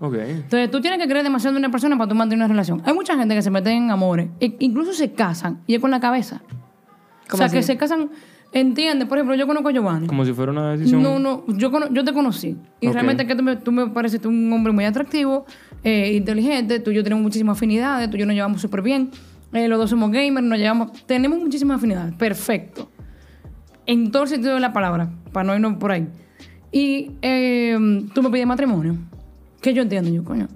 Ok. Entonces, tú tienes que creer demasiado en una persona para tú mantener una relación. Hay mucha gente que se mete en amores, e- incluso se casan y es con la cabeza. O ¿Cómo sea, así? que se casan, entiende, por ejemplo, yo conozco a Giovanni. Como si fuera una decisión. No, no, yo, cono- yo te conocí. Y Ok. realmente que tú me, tú me pareces tú un hombre muy atractivo, eh, inteligente, tú y yo tenemos muchísimas afinidades, tú y yo nos llevamos súper bien, eh, los dos somos gamers, nos llevamos, tenemos muchísimas afinidades, perfecto. En todo el sentido de la palabra, para no irnos por ahí. Y eh, tú me pides matrimonio, que yo entiendo, yo coño,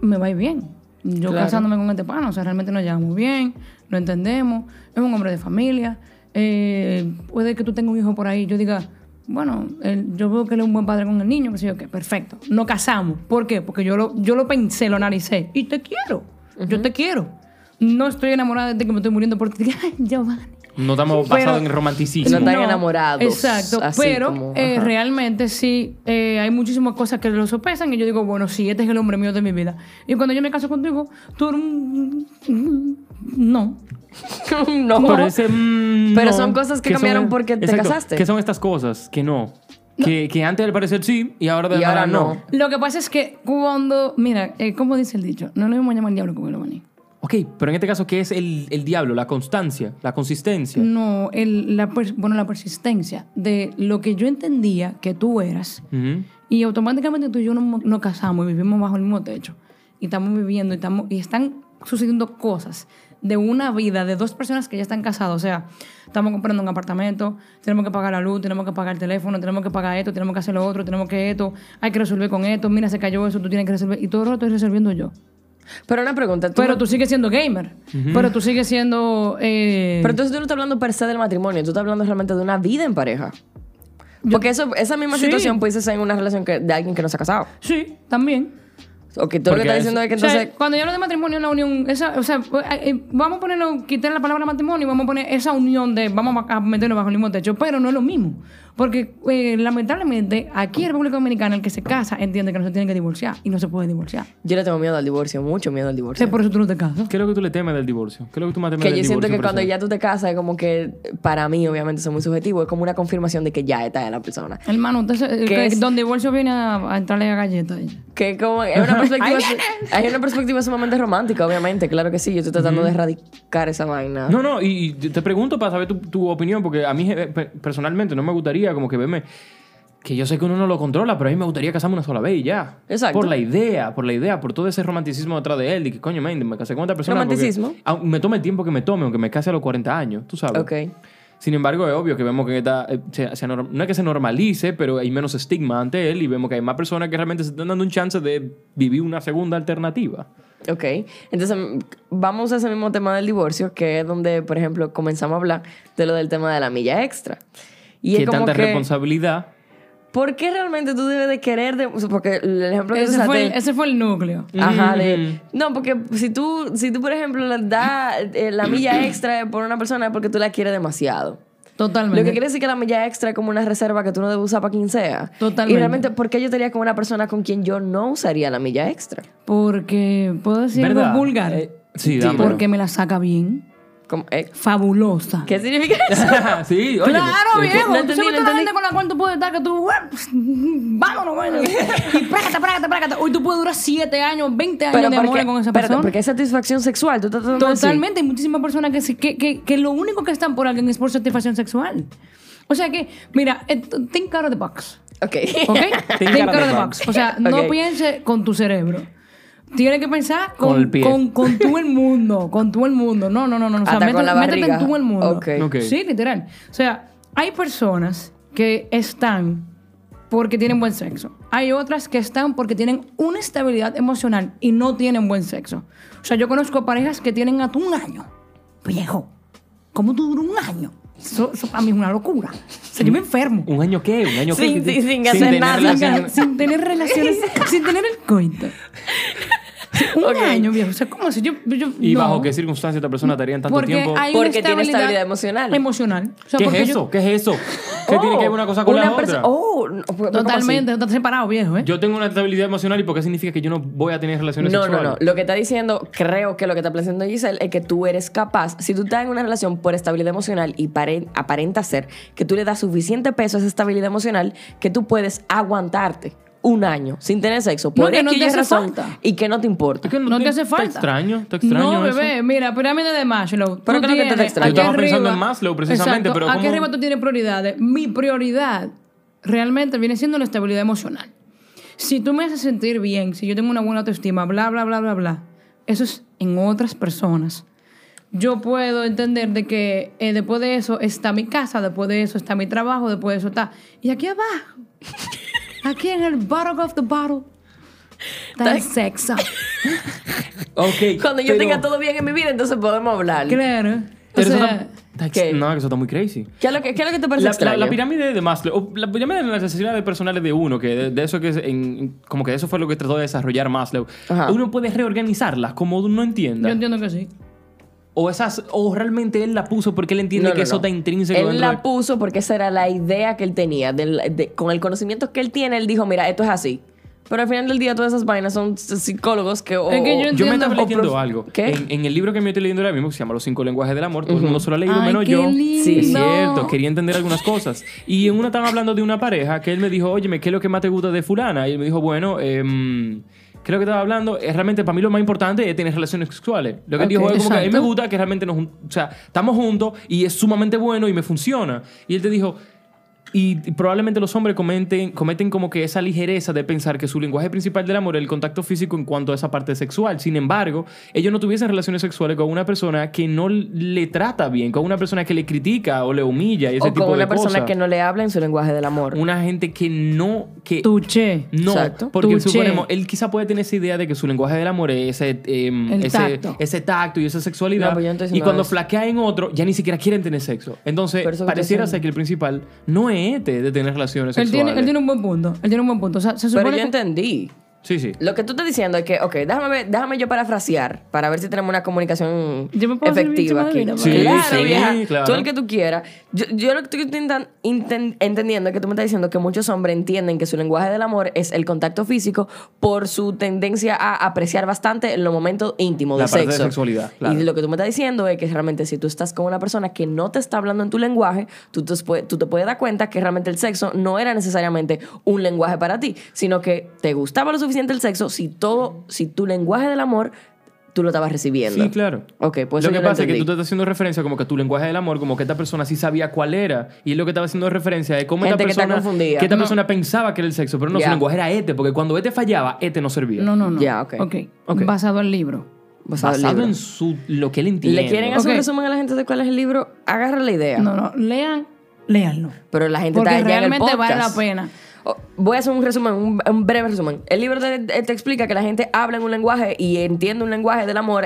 me va a ir bien. Yo Claro. casándome con este pana, o sea, realmente nos llevamos bien, lo entendemos, es un hombre de familia. eh, puede que tú tengas un hijo por ahí, yo diga, bueno, él- yo veo que él es un buen padre con el niño, que sé yo qué, perfecto. No casamos. ¿Por qué? Porque yo lo, yo lo pensé, lo analicé y te quiero, yo te quiero. No estoy enamorada de que me estoy muriendo por ti. Ay, Giovanni. No estamos Pero- basados en romanticismo. No tan enamorados, Exacto, así pero como, eh, ajá. realmente sí eh, hay muchísimas cosas que lo sopesan y yo digo, bueno, sí, este es el hombre mío de mi vida. Y cuando yo me caso contigo, tú eres un... No. no. Pero, ese, mm, Pero no, son cosas que son- cambiaron porque te Exacto. casaste. ¿Qué son estas cosas? Que no. Que, que antes al parecer sí y ahora de Y ahora verdad no. no. Lo que pasa es que cuando... Mira, eh, ¿cómo dice el dicho? No lo mismo llamar diablo como lo maní. Ok, pero en este caso, ¿qué es el, el diablo? La constancia, la consistencia. Mm. No, el, la, pers- bueno, la persistencia de lo que yo entendía que tú eras Ujú. y automáticamente tú y yo nos, nos casamos y vivimos bajo el mismo techo y estamos viviendo y, estamos, y están sucediendo cosas de una vida de dos personas que ya están casadas. O sea, estamos comprando un apartamento, tenemos que pagar la luz, tenemos que pagar el teléfono, tenemos que pagar esto, tenemos que hacer lo otro, tenemos que esto, hay que resolver con esto, mira, se cayó eso, tú tienes que resolver. Y todo lo estoy resolviendo yo. Pero una pregunta. ¿tú Pero no- tú sigues siendo gamer, pero tú sigues siendo... eh, pero entonces tú no estás hablando per se del matrimonio, tú estás hablando realmente de una vida en pareja. Porque eso, esa misma Sí. situación puede ser en una relación que, de alguien que no se ha casado. sí, también. O que todo lo Porque que es- estás diciendo es que O sea, entonces. cuando yo hablo de matrimonio, es la unión, esa, o sea, eh, eh, vamos a ponerlo, quitar la palabra matrimonio y vamos a poner esa unión de, vamos a meternos bajo el mismo techo, pero no es lo mismo. Porque eh, lamentablemente aquí en República Dominicana el que se casa entiende que no se tiene que divorciar y no se puede divorciar. Yo le tengo miedo al divorcio, mucho miedo al O sea, divorcio. por eso tú no te casas. ¿Qué es lo que tú le temes del divorcio? ¿Qué es lo que tú más temes Que del yo siento divorcio? que cuando profesor? ya tú te casas, es como que para mí, obviamente, eso es muy subjetivo, es como una confirmación de que ya esta es la persona. Hermano, entonces, eh, ¿Qué que- es? Don Divorcio viene a, a entrarle a galleta. a ella. Que como es una perspectiva, hay una perspectiva sumamente romántica, obviamente, claro que sí. Yo estoy tratando de erradicar esa vaina. No, no, y, y te pregunto para saber tu, tu opinión, porque a mí eh, pe- personalmente no me gustaría como que verme. Que yo sé que uno no lo controla, pero a mí me gustaría casarme una sola vez y ya. Exacto. Por la idea, por la idea, por todo ese romanticismo detrás de él. Y que coño, man, me casé con esta persona. porque- Romanticismo. Au- me tome el tiempo que me tome, aunque me case a los 40 años, tú sabes. Ok. Sin embargo, es obvio que vemos que esta, eh, se- se norm- no es que se normalice, pero hay menos estigma ante él y vemos que hay más personas que realmente se están dando un chance de vivir una segunda alternativa. Ok, entonces mm, vamos a ese mismo tema del divorcio, que es donde, por ejemplo, comenzamos a hablar de lo del tema de la milla extra. Y que es como tanta que, responsabilidad. ¿por qué realmente tú debes de querer? de- o sea, porque el ejemplo que Ese usaste- fue, el, ese fue el núcleo. Ajá, de... No, porque si tú, si tú por ejemplo, le das eh, la milla extra por una persona es porque tú la quieres demasiado. Totalmente. Lo que quiere decir que la milla extra es como una reserva que tú no debes usar para quien sea. Totalmente. Y realmente, ¿por qué yo estaría con una persona con quien yo no usaría la milla extra? Porque puedo decir algo ¿Verdad? vulgar. Eh, sí, Sí, dame. porque me la saca bien. Como, eh, Fabulosa. ¿Qué significa eso? sí, oye. eh, Claro, viejo. no tú entendí, sabes no toda la entendí. gente con la cual tú puedes estar que tú, "Ué, pues, vámonos, bueno. Y prácata, prácata, prácata. Hoy tú puedes durar 7 años, 20 años de amor porque- con esa espérate, persona. porque es satisfacción sexual. Tú estás tratando de decir- Totalmente. Hay muchísimas personas que, se- que, que, que lo único que están por alguien es por satisfacción sexual. O sea que, mira, eh, t- think out of the box. Ok. ¿Ok? Think out of the box. O sea, no Ok. piense con tu cerebro. Tienes que pensar con, Con el pie. con, con todo el mundo, con todo el mundo. No, no, no, no. O sea, Hasta métete, con la métete en barriga. todo el mundo. Ok. Ok. Sí, literal. O sea, hay personas que están porque tienen buen sexo. Hay otras que están porque tienen una estabilidad emocional y no tienen buen sexo. O sea, yo conozco parejas que tienen hasta un año. Viejo, ¿cómo tú duras un año? Eso, eso para mí es una locura. O sea, yo me enfermo. ¿Un año qué? ¿Un año Sin- qué? sin- sin hacer tener nada, Sin, relación- ga- sin tener relaciones, sin tener el coito. Sí, Un Ok. año, viejo. O sea, ¿cómo así? Yo, yo- ¿Y no. bajo qué circunstancia esta persona estaría en tanto porque tiempo? Hay Porque una tiene estabilidad estabilidad emocional. Emocional. O sea, ¿Qué porque es yo- eso? ¿Qué es eso? ¿Qué tiene Oh, que ver una cosa con la perso- otra? Oh, no, pues, ¿cómo así? Totalmente, estás separado, viejo, ¿eh? Yo tengo una estabilidad emocional y ¿por qué significa que yo no voy a tener relaciones No, no, sexuales? no. Lo que está diciendo, creo que lo que está planteando Giselle es que tú eres capaz, si tú estás en una relación por estabilidad emocional y pare- aparenta ser que tú le das suficiente peso a esa estabilidad emocional, que tú puedes aguantarte un año sin tener sexo No, por que no X te y hace razón falta. y que no te importa. Es que No te hace falta. Te extraño, te extraño. No, eso. bebé, mira, pirámide de Maslow. Pero Tú que no que te tienes extraña. Yo estaba aquí pensando arriba- en Maslow, precisamente, Exacto, pero Aquí ¿cómo? arriba tú tienes prioridades. Mi prioridad realmente viene siendo la estabilidad emocional. Si tú me haces sentir bien, si yo tengo una buena autoestima, bla, bla, bla, bla, bla, eso es en otras personas. Yo puedo entender de que eh, después de eso está mi casa, después de eso está mi trabajo, después de eso está... Y aquí abajo, aquí en el bottom of the bottle, está el sexo. Ok, Cuando yo pero- tenga todo bien en mi vida, entonces podemos hablar. ¿Qué Claro. O pero eso sea, está- está ¿qué? ex- No, que eso está muy crazy. es lo que, qué es lo que te parece La, la- extraño? la pirámide de Maslow, o la pirámide de las necesidades personales de uno, que de, de eso que es en- en- como que eso fue lo que trató de desarrollar Maslow. Ajá. Uno puede reorganizarlas como uno yo entienda. entiendo que sí. o esas, o realmente él la puso porque él entiende No, no, que eso no. está intrínseco Él dentro la de- puso porque esa era la idea que él tenía. del- de- con el conocimiento que él tiene, él dijo, mira, esto es así. Pero al final del día todas esas vainas son s- psicólogos que... o- Es que o- Yo me Entiendo. estaba O leyendo prof- algo. ¿Qué? En, en el libro que me estoy leyendo ahora mismo, que se llama Los cinco lenguajes del amor, todo el mundo solo ha leído, Ay, menos qué yo. lindo. Sí. Es cierto, quería entender algunas cosas. Y en una estaban hablando de una pareja que él me dijo, óyeme, ¿qué es lo que más te gusta de fulana? Y él me dijo, bueno, em, creo que estaba hablando, es realmente para mí lo más importante es tener relaciones sexuales. Lo que él Ok. dijo es como que a mí me Exacto. gusta que realmente nos, jun- o sea, estamos juntos y es sumamente bueno y me funciona. Y él te dijo... Y probablemente los hombres cometen, cometen como que esa ligereza de pensar que su lenguaje principal del amor es el contacto físico en cuanto a esa parte sexual. Sin embargo, ellos no tuviesen relaciones sexuales con una persona que no le trata bien, con una persona que le critica o le humilla y ese o tipo con una de cosas. persona que no le habla en su lenguaje del amor. Una gente que no... Que Tuche. no, Exacto. porque Tuche. suponemos, él quizá puede tener esa idea de que su lenguaje del amor es ese, em, El ese, tacto. ese tacto y esa sexualidad. No, pues yo no estoy y diciendo cuando eso. flaquea en otro, ya ni siquiera quieren tener sexo. Entonces, Pero eso que pareciera estoy ser que el principal no es este de tener relaciones Él sexuales. tiene, él tiene un buen punto. Él tiene un buen punto. O sea, se supone Pero yo que- entendí. Sí, sí. Lo que tú estás diciendo es que, ok, déjame, ver- déjame yo parafrasear para ver si tenemos una comunicación Yo me puedo servir encima efectiva de aquí. vino, Sí, claro, sí, vieja, claro. Tú el que tú quieras. Yo, yo lo que estoy inten- inten- entendiendo es que tú me estás diciendo que muchos hombres entienden que su lenguaje del amor es el contacto físico por su tendencia a apreciar bastante los momentos íntimos La de parte de sexo. sexualidad, claro. Y lo que tú me estás diciendo es que realmente si tú estás con una persona que no te está hablando en tu lenguaje, tú te, pue- tú te puedes dar cuenta que realmente el sexo no era necesariamente un lenguaje para ti, sino que te gustaba lo suficiente el sexo si todo, si tu lenguaje del amor, tú lo estabas recibiendo. Sí, claro. Ok, pues lo eso que yo lo pasa es que entendí. tú te estás haciendo referencia como que a tu lenguaje del amor, como que esta persona sí sabía cuál era. Y lo que estaba haciendo referencia de cómo Gente esta que está persona. confundida. que esta No. persona pensaba que era el sexo, pero no, Ya. su lenguaje era este, porque cuando este fallaba, este no servía. No, no, no. Ya, ok. Ok. Basado al libro. Basado en Pues el Basado libro. en su, lo que él entiende. ¿Le quieren hacer Ok. un resumen a la gente de cuál es el libro? Agarra la idea. No, no. Lean, leanlo. Pero la gente Porque está allá en el realmente podcast. vale la pena. Oh, Voy a hacer un resumen, un, un breve resumen. El libro de- de- te explica que la gente habla en un lenguaje y entiende un lenguaje del amor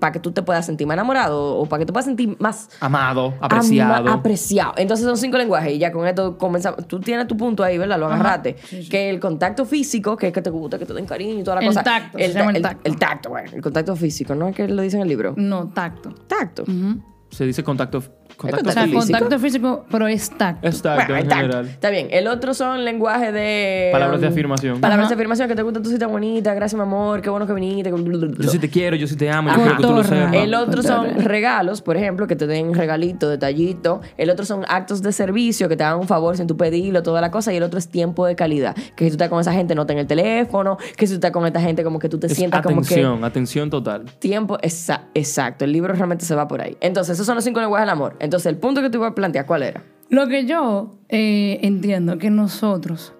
para que tú te puedas sentir más enamorado o para que te puedas sentir más Amado, ama- apreciado. apreciado. Entonces son cinco lenguajes y ya con esto comenzamos. Tú tienes tu punto ahí, ¿verdad? Lo agarraste. Que el contacto físico, que es que te gusta, que te den cariño y toda la El cosa. tacto, se llama el tacto. Mm. El tacto, bueno, el contacto físico, ¿no? Es que lo dice en el libro. No, tacto. Tacto. Mm. Se dice contacto, contacto O sea, físico. físico? contacto físico, pero es tacto. Es tacto Bueno, en el tacto. general. Está bien. El otro son lenguajes de. Palabras de um, afirmación. Palabras Ajá. de afirmación, que te gusta tu cita bonita, gracias, mi amor, qué bueno que viniste. que blu, blu, blu. Yo sí te quiero, yo sí te amo, yo Ajá. quiero que tú lo Cotorra. sepas. Ah, El otro son contaré. regalos, por ejemplo, que te den regalito, detallito. El otro son actos de servicio, que te hagan un favor sin tu pedirlo, toda la cosa. Y el otro es tiempo de calidad, que si tú estás con esa gente no ten el teléfono, que si tú estás con esta gente como que tú te Es sientas como que... atención, atención total. Tiempo, esa- exacto, el libro realmente se va por ahí. Entonces, esos son los cinco lenguajes del amor. Entonces, el punto que te iba a plantear, ¿cuál era? Lo que yo eh, entiendo que nosotros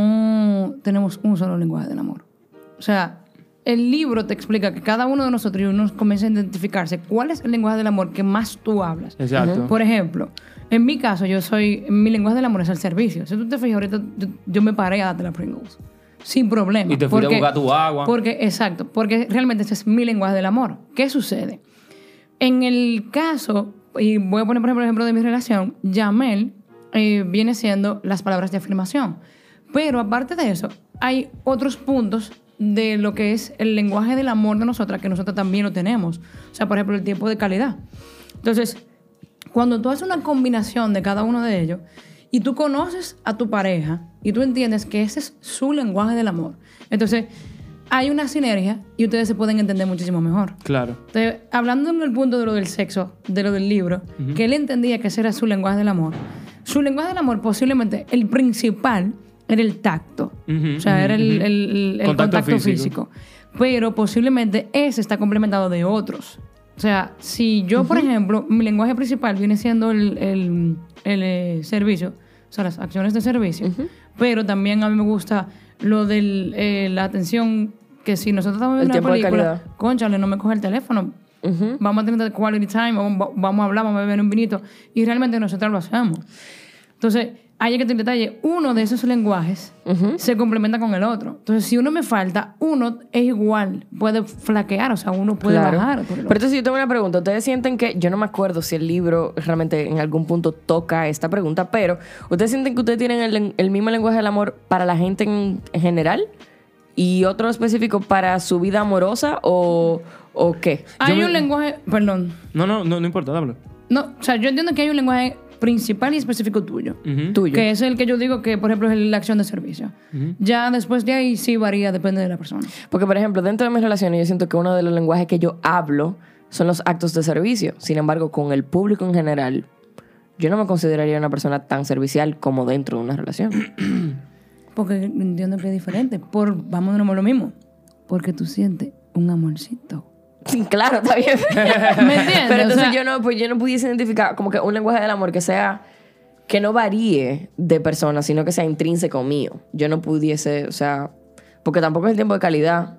no tenemos un solo lenguaje del amor. O sea, el libro te explica que cada uno de nosotros y uno comienza a identificarse cuál es el lenguaje del amor que más tú hablas. Exacto. Por ejemplo, en mi caso, yo soy. Mi lenguaje del amor es el servicio. Si tú te fijas, ahorita yo, yo me paré a darte la Pringles. Sin problema. Y te fuiste a buscar tu agua. Porque, exacto. Porque realmente ese es mi lenguaje del amor. ¿Qué sucede? En el caso, y voy a poner por ejemplo el ejemplo de mi relación, Yamel eh, viene siendo las palabras de afirmación. Pero aparte de eso, hay otros puntos de lo que es el lenguaje del amor de nosotras que nosotras también lo tenemos. O sea, por ejemplo, el tiempo de calidad. Entonces, cuando tú haces una combinación de cada uno de ellos y tú conoces a tu pareja y tú entiendes que ese es su lenguaje del amor, entonces hay una sinergia y ustedes se pueden entender muchísimo mejor. Claro. Entonces, hablando en el punto de lo del sexo, de lo del libro, que él entendía que ese era su lenguaje del amor. Su lenguaje del amor, posiblemente el principal, era el tacto. Ujú, o sea, era el, ujú, el- el- el Contacto contacto, físico. físico. Pero posiblemente ese está complementado de otros. O sea, si yo, por ejemplo, mi lenguaje principal viene siendo el, el- el, eh, servicio, o sea, las acciones de servicio, pero también a mí me gusta lo de la atención que si nosotros estamos El viendo una tiempo de película, calidad. conchale, no me coge el teléfono, vamos a tener quality time, vamos, vamos a hablar, vamos a beber un vinito, y realmente nosotros lo hacemos. Entonces, hay que tener detalle, uno de esos lenguajes se complementa con el otro. Entonces, si uno me falta, uno es igual, puede flaquear, o sea, uno puede Claro. bajar. por el Pero otro. entonces yo tengo una pregunta. ¿Ustedes sienten que, yo no me acuerdo si el libro realmente en algún punto toca esta pregunta, pero ¿ustedes sienten que ustedes tienen el, len- el mismo lenguaje del amor para la gente en, en general y otro específico para su vida amorosa o, o qué? hay me- un lenguaje, perdón, No, no, no, no importa, hablo. no, o sea, yo entiendo que hay un lenguaje principal y específico tuyo. Tuyo. Que es el que yo digo que, por ejemplo, es la acción de servicio. Ya después de ahí sí varía, depende de la persona. Porque, por ejemplo, dentro de mis relaciones yo siento que uno de los lenguajes que yo hablo son los actos de servicio. Sin embargo, con el público en general, yo no me consideraría una persona tan servicial como dentro de una relación. Porque entiendo que es diferente. Por, vamos de nuevo a lo mismo. Porque tú sientes un amorcito. Sí, claro, está bien. ¿Me entiendes? Pero O entonces sea- yo no, pues yo no pudiese identificar como que un lenguaje del amor que sea que no varíe de persona, sino que sea intrínseco mío. Yo no pudiese, o sea, porque tampoco es el tiempo de calidad.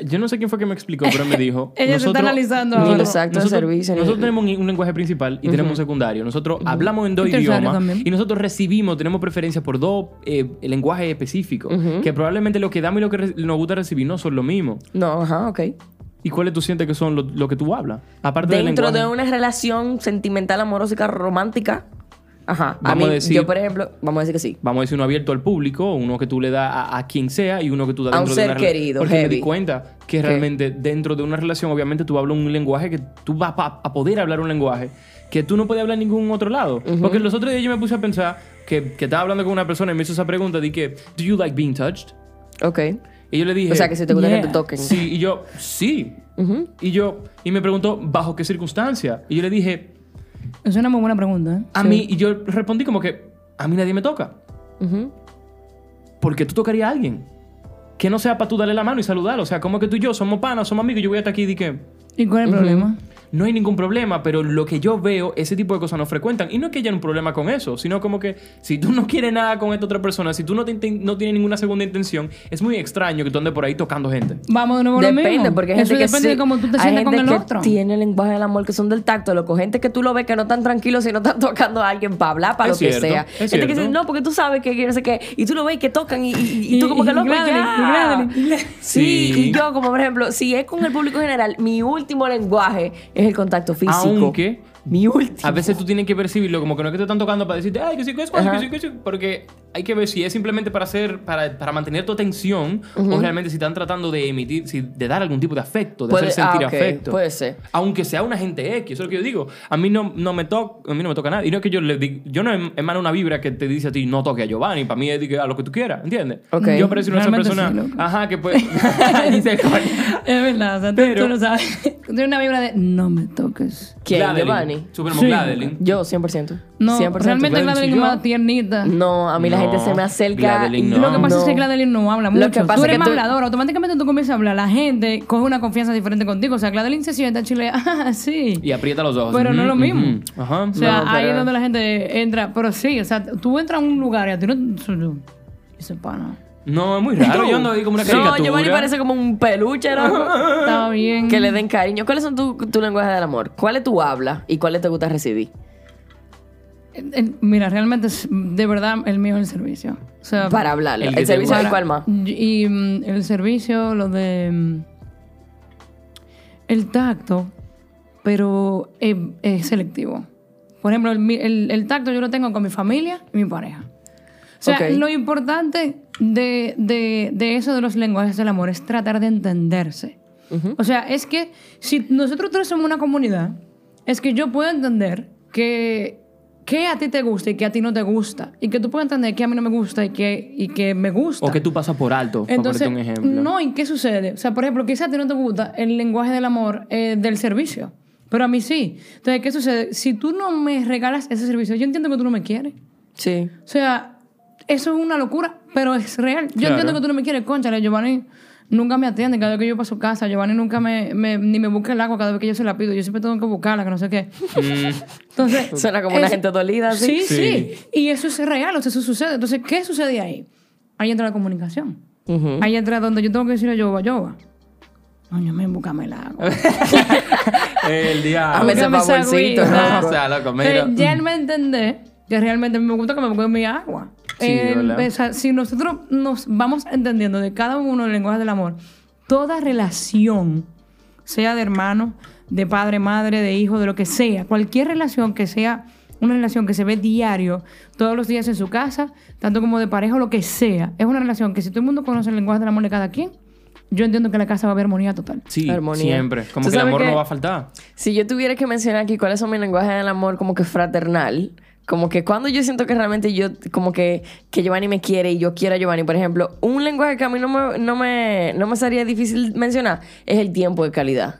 Yo no sé quién fue que me explicó, pero me dijo. Ella se está analizando ni ahora. los actos de nosotros- servicio, ni- Nosotros tenemos un, un lenguaje principal y tenemos un secundario. Nosotros hablamos en dos Y terciario idiomas también. y nosotros recibimos, tenemos preferencia por dos eh, lenguajes específicos. Que probablemente lo que damos y lo que re- nos gusta recibir no son lo mismo. No, ajá, ok. ¿Y cuáles tú sientes que son lo, lo que tú hablas? Aparte del Dentro de lenguaje. una relación sentimental, amorosa, romántica. Ajá. a Vamos a mí, decir- Yo, por ejemplo, vamos a decir que sí. Vamos a decir uno abierto al público, uno que tú le das a, a quien sea y uno que tú das A un dentro de ser una rela- querido, Porque me di heavy. cuenta que realmente dentro de una relación, obviamente tú hablas un lenguaje que tú vas pa- a poder hablar un lenguaje que tú no puedes hablar en ningún otro lado. Porque los otros días yo me puse a pensar que, que estaba hablando con una persona y me hizo esa pregunta, de que, ¿Do you like being touched? Ok. Y yo le dije, O sea, que si te gusta que te Yeah. toquen. Sí, y yo, sí. Y yo, y me preguntó, ¿bajo qué circunstancia? Y yo le dije, Es una muy buena pregunta. ¿eh? a mí, y yo respondí como que, a mí nadie me toca. Ujú. Porque tú tocarías a alguien. Que no sea para tú darle la mano y saludarlo. O sea, como que tú y yo somos panas, somos amigos y yo voy hasta aquí y di que ¿Y cuál es el problema? no hay ningún problema, pero lo que yo veo, ese tipo de cosas nos frecuentan. Y no es que haya un problema con eso, sino como que si tú no quieres nada con esta otra persona, si tú no, te inten- no tienes ninguna segunda intención, es muy extraño que tú andes por ahí tocando gente. Vamos de nuevo a lo mismo. Depende, porque hay Eso gente que depende sí- de cómo tú te hay sientas con gente el que otro. Tiene el lenguaje del amor que son del tacto, loco. Gente que tú lo ves que no están tranquilos, sino están tocando a alguien para hablar, para Es lo que cierto, sea. es gente que cierto. dice, no, porque tú sabes que no sé qué. Y tú lo ves que tocan y, y- y Y- tú como y que loco. gládele, ya". y gládele. Sí, Sí. y yo, como por ejemplo, si es con el público en general, mi último lenguaje es el contacto físico. Aunque- Ah, Mi último. A veces tú tienes que percibirlo, como que no es que te están tocando para decirte, ay, que sí, que es, que sí, Ajá. que sí, que sí", porque hay que ver si es simplemente para hacer, para, para mantener tu atención o realmente si están tratando de emitir, si- de dar algún tipo de afecto, de Puede- hacer sentir ah, ok, afecto. puede ser. Aunque sea una gente X, eso es lo que yo digo. A mí no, no me toca, a mí no me toca nada. Y no es que yo le diga, yo no em- emano una vibra que te dice a ti, no toque a Giovanni, para mí es de que a lo que tú quieras, ¿entiendes? Ok. Yo aprecio a esa Realmente persona, sí, loco. ajá, que puede... Dice, "Coño". Es verdad, o sea, tú- Pero- tú no sabes. Tiene una vibra de no me toques. ¿Quién? Gladeline, Giovanni. Superman Sí. Gladeline. Yo, 100%. No, 100%. realmente Bueno, Gladeline si es yo- más tiernita. No, a mí la No, gente se me acerca. Gladeline y- no. Lo que pasa no. es que Gladeline no habla Lo mucho. que pasa tú es eres que más tú- habladora. Automáticamente tú comienzas a hablar. La gente coge una confianza diferente contigo. O sea, Gladeline se sienta chile. Ah, sí. Y aprieta los ojos. Pero no es lo Ujú, mismo. ujú. Ajá. O sea, No, ahí pero- es donde la gente entra. Pero sí, o sea, tú entras a un lugar y a ti no. Ese pana. No, es muy raro. Yo ando ahí como una caricatura. No, Giovanni parece como un peluche, ¿no? Está bien. Que le den cariño. ¿Cuáles son tu, tu lenguaje del amor? ¿Cuáles tú hablas y cuáles te gusta recibir? El- el- Eh, mira, realmente es de verdad el mío es el servicio. O sea, Para hablarle. El El, que te servicio del gusta. cual más. Y, y, mm, el servicio, lo de. mm, El tacto, pero es, es selectivo. Por ejemplo, el, mi- el- el tacto yo lo tengo con mi familia y mi pareja. O sea, Ok. lo importante de, de- de eso de los lenguajes del amor es tratar de entenderse. O sea, es que si nosotros tres somos una comunidad, es que yo puedo entender que, que a ti te gusta y que a ti no te gusta. Y que tú puedes entender que a mí no me gusta y que, y que me gusta. O que tú pasas por alto, Entonces, para ponerte un ejemplo. no, ¿y qué sucede? O sea, por ejemplo, quizás a ti no te gusta el lenguaje del amor eh, del servicio, pero a mí sí. Entonces, ¿qué sucede? Si tú no me regalas ese servicio, yo entiendo que tú no me quieres. Sí. O sea, eso es una locura, pero es real. Yo Claro. entiendo que tú no me quieres, conchale, Giovanni nunca me atiende cada vez que yo paso casa. Giovanni nunca me, me- ni me busca el agua cada vez que yo se la pido. Yo siempre tengo que buscarla, que no sé qué. Entonces, Suena como una gente dolida, así. Sí, sí, Sí. Y eso es real, o sea, eso sucede. Entonces, ¿qué sucede ahí? Ahí entra la comunicación. Ahí entra donde yo tengo que decirle a Yoba, Yoba. Coño, men, búscame el agua. El Pues A mí diablo. ese Búscame esa favorcito, ¿no? agüita. O sea, loco, mira. Pero ya él me entendé que realmente me gusta que me ponga mi agua. Sí, El- ¿verdad? o sea, si nosotros nos vamos entendiendo de cada uno el lenguaje del amor, toda relación, sea de hermano, de padre, madre, de hijo, de lo que sea, cualquier relación que sea una relación que se ve diario, todos los días en su casa, tanto como de pareja o lo que sea, es una relación que si todo el mundo conoce el lenguaje del amor de cada quien, yo entiendo que la casa va a haber armonía total. Sí, Armonía. siempre. Como ¿Tú que el sabes amor qué? no va a faltar. Si yo tuviera que mencionar aquí cuáles son mis lenguajes del amor como que fraternal, como que cuando yo siento que realmente yo, como que, que Giovanni me quiere y yo quiero a Giovanni, por ejemplo, un lenguaje que a mí no me, no me, no me sería difícil mencionar es el tiempo de calidad.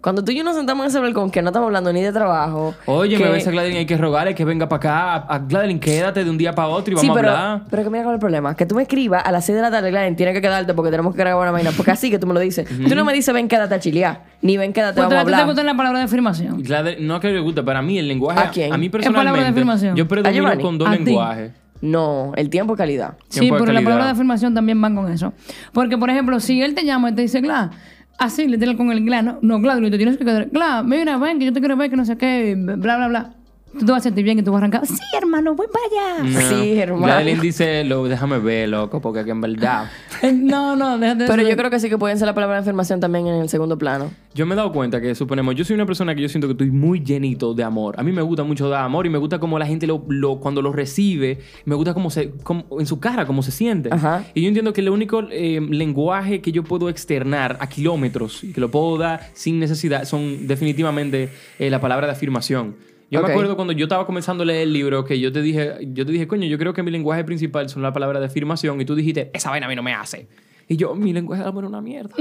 Cuando tú y yo nos sentamos en ese balcón, que no estamos hablando ni de trabajo. Oye, que- me ves a Gladeline, hay que rogarle que venga para acá. A- A Gladeline, quédate de un día para otro y Sí, vamos pero, a hablar. pero que mira cuál es el problema. Que tú me escribas a las 6 de la tarde, Gladys, tienes que quedarte porque tenemos que grabar una vaina. Porque así que tú me lo dices. Tú no me dices, ven, quédate a chilear. Ni ven, quédate, ¿Cuántas vamos a veces te hablar. gusta la palabra de afirmación? Gladeline- no que le gusta, para mí el lenguaje. ¿A quién? mí palabras de ¿En personalmente. afirmación? Yo predomino Giovanni? con dos ¿A ti? lenguajes. No, el tiempo de calidad. Sí, Tiempo de pero la calidad. palabra de afirmación también van con eso. Porque, por ejemplo, si él te llama y te dice, Gla, así le tienes con el Gla, no, no Gla, tú tienes que quedar, Gla, mira, ven, que yo te quiero ver, que no sé qué, bla, bla, bla. Tú te vas a sentir bien que tú vas a arrancar. Sí, hermano, voy para allá. No. Sí, hermano. Gladeline dice, lo, déjame ver, loco, porque que en verdad. Eh, No, no, déjate de Pero eso. yo creo que sí que pueden ser la palabra de afirmación también en el segundo plano. Yo me he dado cuenta que, suponemos, yo soy una persona que yo siento que estoy muy llenito de amor. A mí me gusta mucho dar amor y me gusta cómo la gente lo, lo- cuando lo recibe, me gusta cómo se, cómo- en su cara, cómo se siente. Ajá. Y yo entiendo que el único eh, lenguaje que yo puedo externar a kilómetros y que lo puedo dar sin necesidad son definitivamente eh, la palabra de afirmación. Yo Ok. me acuerdo cuando yo estaba comenzando a leer el libro que yo te dije, yo te dije, coño, yo creo que mi lenguaje principal son las palabras de afirmación y tú dijiste, esa vaina a mí no me hace. Y yo, mi lenguaje de amor es una mierda.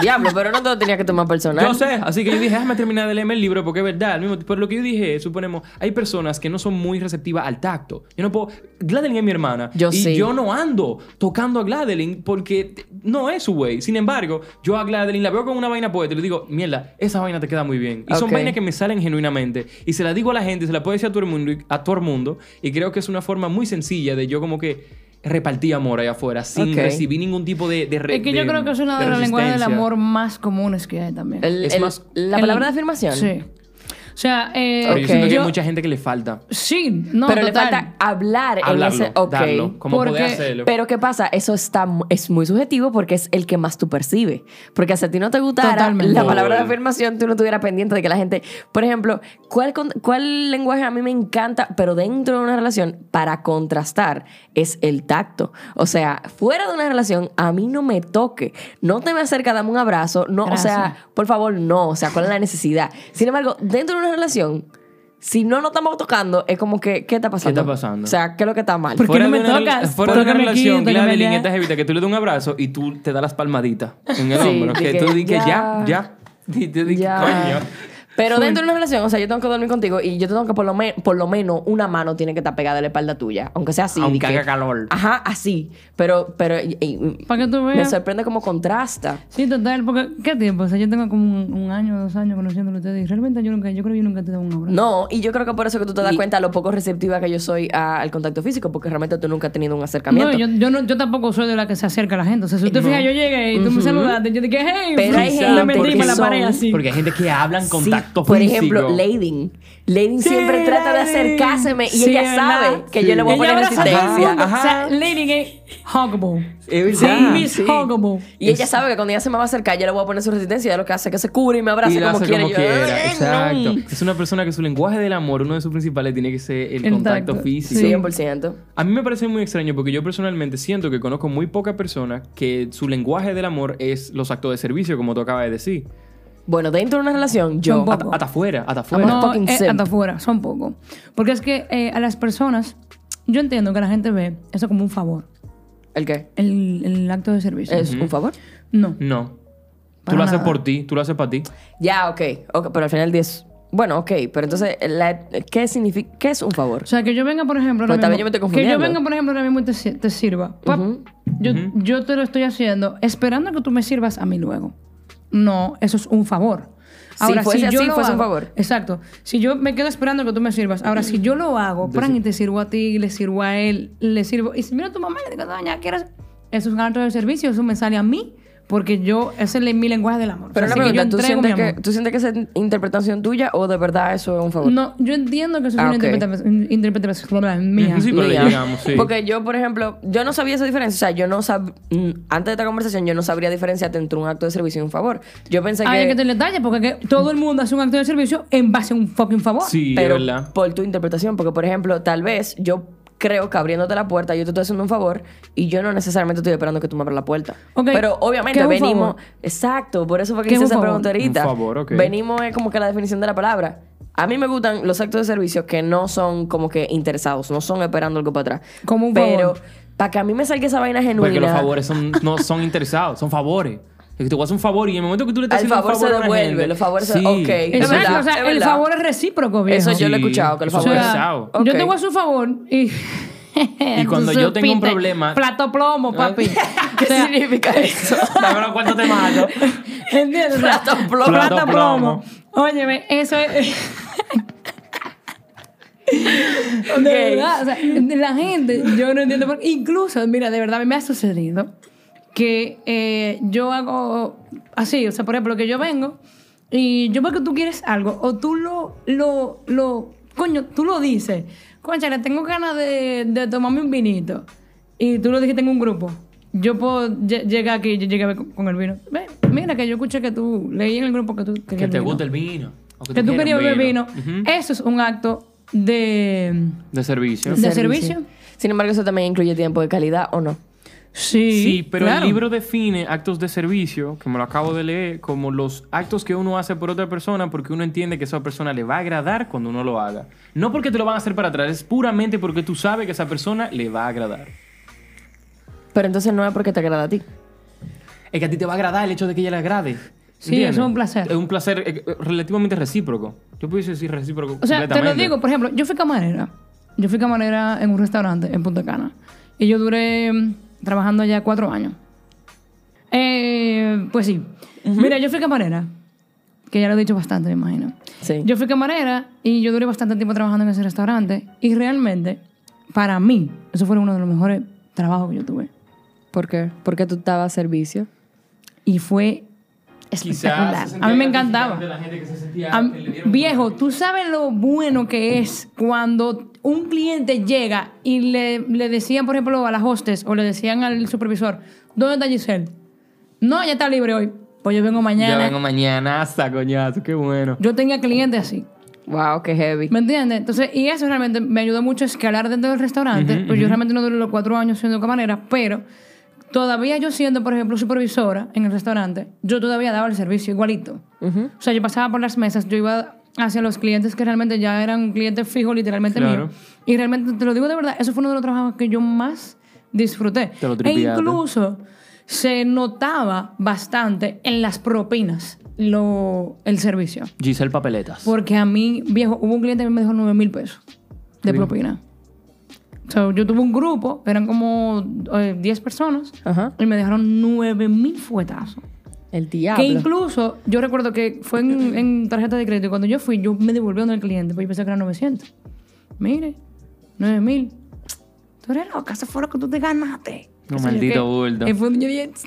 Diablo, pero no te lo tenía que tomar personal. Yo sé, así que yo dije, déjame terminar de leerme el libro porque es verdad. al mismo tiempo, Pero lo que yo dije, es, suponemos, hay personas que no son muy receptivas al tacto. Yo no puedo. Gladeline es mi hermana. Yo y sí. yo no ando tocando a Gladeline porque t- no es su güey. Sin embargo, yo a Gladeline la veo con una vaina puesta y le digo, mierda, esa vaina te queda muy bien. Y son Ok. vainas que me salen genuinamente. Y se la digo a la gente, se la puedo decir a todo el mundo. y- A todo el mundo y creo que es una forma muy sencilla de yo como que repartir amor allá afuera sin Ok. recibir ningún tipo de, de re- Es que yo de- creo que es una de las lenguajes del resistencia. amor más comunes que hay también. El- Es el- más- la El- palabra de afirmación. Sí. O sea, eh, Pero yo Ok. siento que yo- hay mucha gente que le falta. Sí, no, pero le total. falta hablar Hablarlo, en ese. Ok. darlo, como Porque- poder hacerlo. Pero ¿qué pasa? Eso está, mu- es muy subjetivo porque es el que más tú percibes. Porque si a ti no te gustara Totalmente. la palabra de Full. afirmación, tú no estuvieras pendiente de que la gente... Por ejemplo, ¿cuál, con- ¿cuál lenguaje a mí me encanta, pero dentro de una relación, para contrastar, es el tacto? O sea, fuera de una relación, a mí no me toque. No te me acerca, dame un abrazo. No, o Gracias. sea, por favor, no. O sea, ¿cuál es la necesidad? Sin embargo, dentro de una relación... Si no nos estamos tocando, es como que, ¿qué está pasando? pasando? O sea, ¿qué es lo que está mal? ¿Por qué fuera no de me una, tocas? Fuera de una Tócame aquí, relación, tócame Gladeline allá. esta jevita que tú le das un abrazo y tú te das las palmaditas en el Sí, hombro. Que, dije, tú dices, ya, ya. ya. Y te dije, Ya. coño. Pero dentro de una relación, o sea, yo tengo que dormir contigo y yo tengo que por lo, me- por lo menos una mano tiene que estar pegada a la espalda tuya, aunque sea así. Aunque de que- haga calor. Ajá, así. Pero, pero y- y- Para que tú me veas. sorprende cómo contrasta. Sí, total, porque ¿qué tiempo? O sea, yo tengo como un, un año, dos años conociéndolo a ustedes y realmente yo nunca, yo creo que yo nunca te he dado un abrazo. No, y yo creo que por eso que tú te das cuenta lo poco receptiva que yo soy a- al contacto físico, porque realmente tú nunca has tenido un acercamiento. No, yo, yo, no, yo tampoco soy de la que se acerca a la gente. O sea, si usted fija, yo llegué y tú me saludaste. Yo dije, hey, Pero hay me gente metí porque me la son- pared así. Porque hay gente que habla en Sí, contacto por físico. ejemplo, Lading. Lading Sí, siempre trata de Lading. acercárseme y Sí, ella ¿verdad? sabe que Sí. yo le voy a Ella poner abraza a todo el resistencia. mundo. O sea, Ajá. Lady es huggable. Es verdad. Sí, Miss sí. Huggable. Y ella sabe que cuando ella se me va a acercar, yo le voy a poner su resistencia. Ella lo que hace es que se cubre y me abraza y la como, hace quiere. como Yo, quiera. "Ay, Exacto. no". Es una persona que su lenguaje del amor, uno de sus principales, tiene que ser el, El contacto tacto, físico. Sí. 100%. A mí me parece muy extraño porque yo personalmente siento que conozco muy poca persona que su lenguaje del amor es los actos de servicio, como tú acabas de decir. Bueno, dentro de una relación, yo. Tampoco. Hasta hasta afuera, hasta afuera. Bueno, No, fucking eh, simp. hasta afuera, son poco. Porque es que eh, a las personas, yo entiendo que la gente ve eso como un favor, ¿El qué? el, el acto de servicio. ¿Es un favor? No. No. Tú Para lo haces nada. por ti, tú lo haces para ti. Ya, ok. ok, pero al final 10 Bueno, ok, pero entonces, la- ¿qué, significa, ¿qué es un favor? O sea, que yo venga, por ejemplo, ahora Pues tal vez mismo- yo me que estoy yo confundiendo. venga, por ejemplo, ahora mismo y te, si- te sirva. Pap, yo, yo te lo estoy haciendo esperando que tú me sirvas a mí luego. No, eso es un favor. Si fuese así, lo fuese un hago- favor. Exacto. Si yo me quedo esperando que tú me sirvas. Ahora, si yo lo hago, pran, y te sirvo a ti, le sirvo a él, le sirvo. Y si mira tu mamá, y te digo, doña, ¿quieres? Eso es un acto de servicio, eso me sale a mí, porque yo, ese es mi lenguaje del amor. Pero O sea, una así que yo pregunta, ¿tú entrego sientes, mi amor. que, ¿tú sientes que esa es interpretación tuya o de verdad eso es un favor? No, yo entiendo que eso es Ah, una ok. interpretación, interpretación mía. Sí, pero le Mía. llegamos, sí. Porque yo, por ejemplo, yo no sabía esa diferencia. O sea, yo no sabía. Antes de esta conversación, yo no sabría diferenciarte entre un acto de servicio y un favor. Yo pensé Hay que. Ah, que tener detalle porque que todo el mundo hace un acto de servicio en base a un fucking favor. Sí, Oh, pero es verdad. por tu interpretación. Porque, por ejemplo, tal vez yo creo que abriéndote la puerta, yo te estoy haciendo un favor y yo no necesariamente estoy esperando que tú me abras la puerta. Ok, Pero ¿qué obviamente es un venimos. favor? Exacto, por eso fue que ¿Qué es hice un esa favor? pregunta ahorita. Un favor, ok. Venimos es como que la definición de la palabra. A mí me gustan los actos de servicio que no son como que interesados, no son esperando algo para atrás. Como un Pero favor. para que a mí me salga esa vaina genuina. Porque los favores son, no son interesados, son favores. Es que tú haces un favor y en el momento que tú le estás El haciendo favor un favor se a una devuelve, gente- los favores se- ok. es Es Exacto, verdad. o sea, es el verdad. favor es recíproco, viejo. Eso yo lo he Sí, escuchado, que el eso O favor es sea, es- pesado. Yo te Ok. voy a hacer un favor y... Y cuando Tú yo tengo un supiste, problema- Plato plomo, papi. ¿Qué O sea, significa eso? Dame los cuartos, te mato. ¿Entiendes? O sea, Plato plomo. Plato Plato plomo. plomo. Óyeme, eso es... Ok. De verdad, o sea, la gente, yo no entiendo por Incluso, mira, de verdad, a mí me ha sucedido que eh, yo hago así, o sea, por ejemplo, que yo vengo y yo veo que tú quieres algo, o tú lo, lo, lo, coño, tú lo dices, concha, le tengo ganas de, de tomarme un vinito, y tú lo dijiste en un grupo. Yo puedo lle- llegar aquí, yo llegué a ver con, con el vino. Ve, mira que yo escuché que tú leí en el grupo que tú Que querías te vino. gusta el vino. o Que tú querías quieras beber vino. Ujú. Eso es un acto de... De servicio. ¿De servicio? Sin embargo, eso también incluye tiempo de calidad o no. Sí, Sí, pero claro. el libro define actos de servicio, que me lo acabo de leer, como los actos que uno hace por otra persona porque uno entiende que esa persona le va a agradar cuando uno lo haga. No porque te lo van a hacer para atrás, es puramente porque tú sabes que esa persona le va a agradar. Pero entonces no es porque te agrada a ti. Es que a ti te va a agradar el hecho de que ella le agrade. Sí, eso es un placer. Es un placer eh, eh, relativamente recíproco. Yo pudiese decir recíproco. O sea, te lo completamente. digo, por ejemplo, yo fui camarera. Yo fui camarera en un restaurante en Punta Cana. Y yo duré mm, trabajando allá cuatro años. Eh, pues sí. Mira, yo fui camarera. Que ya lo he dicho bastante, me imagino. Sí. Yo fui camarera y yo duré bastante tiempo trabajando en ese restaurante. Y realmente, para mí, eso fue uno de los mejores trabajos que yo tuve. ¿Por qué? Porque tú estabas a servicio. Y fue Quizás espectacular. se A mí me sentía encantaba. gratificante la gente que se sentía- Am- que le dieron- viejo, tú sabes lo bueno que es cuando un cliente llega y le, le decían, por ejemplo, a las hostes o le decían al supervisor, ¿dónde está Giselle? No, ya está libre hoy. Pues yo vengo mañana. Ya vengo mañana hasta coñazo, qué bueno. Yo tenía clientes así. Wow, qué heavy. ¿Me entiendes? Entonces, y eso realmente me ayudó mucho a escalar dentro del restaurante. pues yo realmente no duré los cuatro años siendo camarera, pero todavía yo siendo, por ejemplo, supervisora en el restaurante, yo todavía daba el servicio igualito. O sea, yo pasaba por las mesas, yo iba hacia los clientes que realmente ya eran clientes fijos, literalmente Claro. míos. Y realmente, te lo digo de verdad, eso fue uno de los trabajos que yo más disfruté. Te lo e tripeaste. incluso se notaba bastante en las propinas lo, el servicio. Giselle Papeletas. Porque a mí, viejo, hubo un cliente que me dejó 9 mil pesos de propina. So, yo tuve un grupo, eran como eh, 10 personas, Ajá. y me dejaron 9 mil fuetazos. El diablo. Que incluso, yo recuerdo que fue en, en tarjeta de crédito, y cuando yo fui, yo me devolvieron al cliente, porque yo pensé que eran 900. Mire, 9 mil. Tú eres loca, eso fue lo que tú te ganaste. No, Qué sé yo maldito qué. bulto. Y fue un yo dije,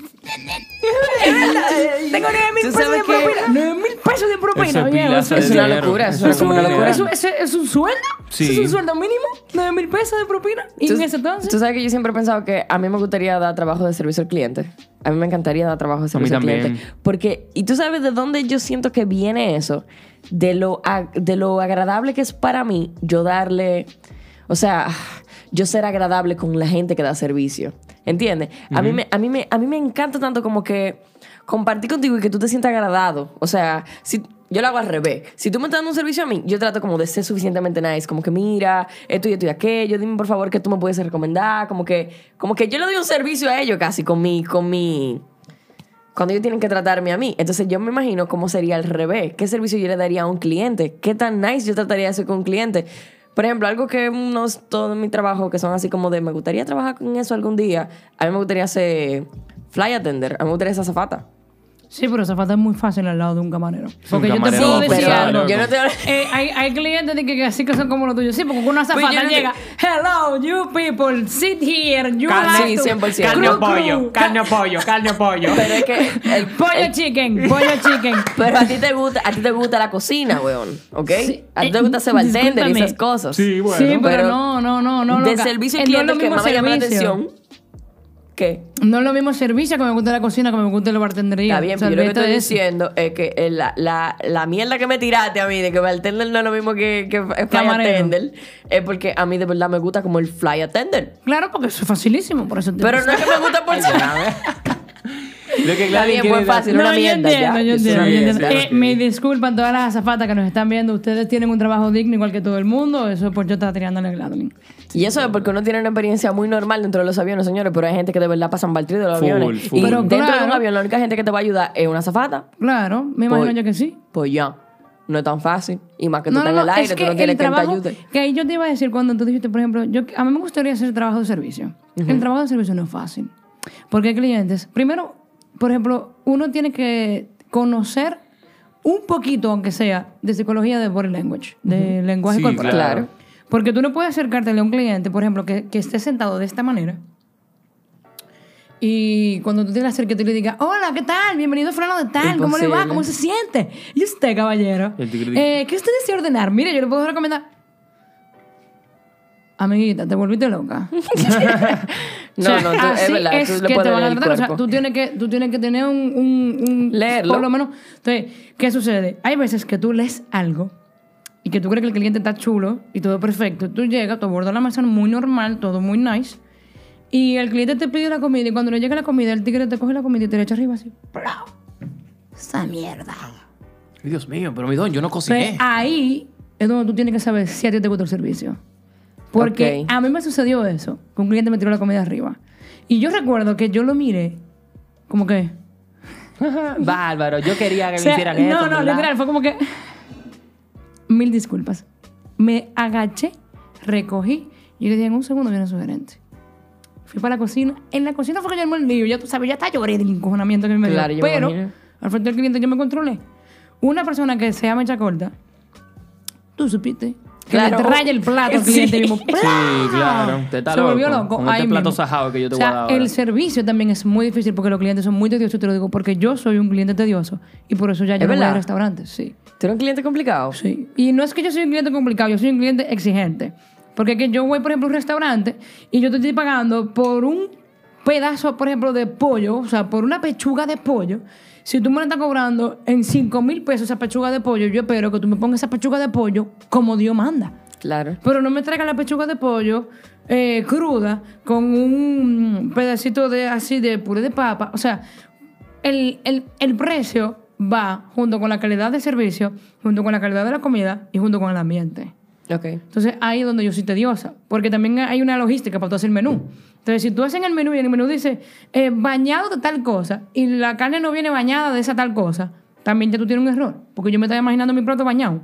tengo 9 mil ¿Tú pesos de sabes qué? propina. 9 mil pesos de propina. Ese viejo, pilazo eso de es una dinero. locura, eso Eso es ¿Eso como es una una locura. locura? ¿Eso, eso- es un sueldo? Sí. ¿Eso es un sueldo mínimo? ¿9 mil pesos de propina? ¿Y en ese Tú entonces? sabes que yo siempre he pensado que a mí me gustaría dar trabajo de servicio al cliente. A mí me encantaría dar trabajo de servicio al también. cliente. Porque, y tú sabes de dónde yo siento que viene eso, de lo, ag- de lo agradable que es para mí yo darle, o sea, yo ser agradable con la gente que da servicio. ¿Entiendes? a, mí me, a, mí me, a mí me encanta tanto como que compartir contigo y que tú te sientas agradado. O sea, si... Yo lo hago al revés. Si tú me estás dando un servicio a mí, yo trato como de ser suficientemente nice. Como que mira, esto y esto y aquello. Dime por favor que tú me puedes recomendar. Como que, como que yo le doy un servicio a ellos casi con mi, con mi, cuando ellos tienen que tratarme a mí. Entonces yo me imagino cómo sería al revés. ¿Qué servicio yo le daría a un cliente? ¿Qué tan nice yo trataría de hacer con un cliente? Por ejemplo, algo que no es todo mi trabajo, que son así como de, me gustaría trabajar con eso algún día. A mí me gustaría ser fly attender, a mí me gustaría ser azafata. Sí, pero zafata es muy fácil al lado de un camarero. Porque yo te camarero puedo no, decir pero- algo. yo no te... Eh, hay, hay clientes de que, que así que son como los tuyos. Sí, porque una zafata Pues yo no te- llega. Hello, you people, sit here. You Carne, have sí, to- Cru, 100%. Carne Carne cru, o pollo, ca- carne o pollo, carne o pollo. Pero es que... el- Pollo chicken, pollo chicken. Pero a ti te gusta, a ti te gusta la cocina, weón, ¿ok? Sí. A ti te gusta hacer Eh, bartender y esas discúlpame. cosas. Sí, bueno. sí, pero, pero no, no, no, no. de loca. servicio al Eh, no es cliente lo que mismo más me llama la servicio. atención. ¿Qué? No es lo mismo servicio que me gusta la cocina, que me gusta el bartendería. Está bien, O sea, pero yo lo que olvídate estoy de eso. diciendo es que eh, la, la, la mierda que me tiraste a mí de que bartender no es lo mismo que, que fly Camarero. attender es porque a mí de verdad me gusta como el fly attender. Claro, porque eso es facilísimo, por eso te Pero no es que me gusta por ser... Lo que Está Gladys bien, quiere pues dar- fácil, una yo mierda entiendo, ya. yo Sí, entiendo, yo entiendo. claro Eh, que- Me disculpan todas las azafatas que nos están viendo. Ustedes tienen un trabajo digno igual que todo el mundo. Eso es por yo estaba tirándole a Gladwin. Y eso es porque uno tiene una experiencia muy normal dentro de los aviones, señores, pero hay gente que de verdad pasan baltrí de los Full, aviones. full. Y Pero dentro de un claro. avión la única gente que te va a ayudar es una zafata. Claro, me imagino Pues- yo que sí. Pues ya, no es tan fácil. Y más que tú estás en el es aire, tú no tienes el trabajo, quien te ayude. que ahí yo te iba a decir cuando tú dijiste, por ejemplo, yo, a mí me gustaría hacer trabajo de servicio. El trabajo de servicio no es fácil. Porque hay clientes. Primero, por ejemplo, uno tiene que conocer un poquito, aunque sea, de psicología de body language, de lenguaje Sí, corporal. Claro. Porque tú no puedes acercártele a un cliente, por ejemplo, que, que esté sentado de esta manera. Y cuando tú te le acerques, tú le digas, hola, ¿qué tal? Bienvenido a Fulano de Tal, ¿cómo le va? Imposible. ¿Cómo se siente? Y usted, caballero, El tigre dice- eh, ¿qué usted desea ordenar? Mire, yo le puedo recomendar. Amiguita, te volviste loca. No, no, tú- es así verdad, es tú le que te puedes van a leer el tratar. O sea, cuerpo. tú tienes que, tú tienes que tener un, un, un- Leerlo. Por lo menos. Entonces, ¿qué sucede? Hay veces que tú lees algo y que tú crees que el cliente está chulo y todo perfecto. Tú llegas, tú abordas la mesa muy normal, todo muy nice. Y el cliente te pide la comida y cuando le llega la comida, el tigre te coge la comida y te la echa arriba así. ¡Plau! ¡Esa mierda! Ay, Dios mío, pero mi don, yo no Entonces, cociné. ahí es donde tú tienes que saber si a ti te gusta el servicio. Porque Ok. a mí me sucedió eso, que un cliente me tiró la comida arriba. Y yo recuerdo que yo lo miré, como que... Bárbaro, yo quería que o sea, no, no, literal, fue como que... Mil disculpas. Me agaché, recogí y le dije, en un segundo viene su gerente. Fui para la cocina. En la cocina fue que yo armé el lío. Ya tú sabes, ya está lloré del encojonamiento que me dio. Claro, yo me Pero imagino. al frente del cliente yo me controlé. Una persona que se llama mecha corta, tú supiste que Claro. le raya el plato al Sí. cliente mismo. Sí, claro. Te está se volvió loco. loco. Con este ahí plato mismo. sajado que yo te O sea, voy a dar ahora. El servicio también es muy difícil porque los clientes son muy tediosos, te lo digo, porque yo soy un cliente tedioso y por eso ya yo no voy verdad? a restaurantes. Sí. ¿Tú eres un cliente complicado? Sí. Y no es que yo soy un cliente complicado, yo soy un cliente exigente. Porque que yo voy, por ejemplo, a un restaurante y yo te estoy pagando por un pedazo, por ejemplo, de pollo, o sea, por una pechuga de pollo. Si tú me la estás cobrando en 5 mil pesos esa pechuga de pollo, yo espero que tú me pongas esa pechuga de pollo como Dios manda. Claro. Pero no me traigan la pechuga de pollo eh, cruda con un pedacito de así de puré de papa. O sea, el, el- el precio va junto con la calidad del servicio, junto con la calidad de la comida y junto con el ambiente. Ok. Entonces ahí es donde yo soy tediosa, porque también hay una logística para tú hacer el menú. Entonces si tú haces el menú y en el menú dice eh, bañado de tal cosa y la carne no viene bañada de esa tal cosa, también ya tú tienes un error, porque yo me estaba imaginando mi plato bañado.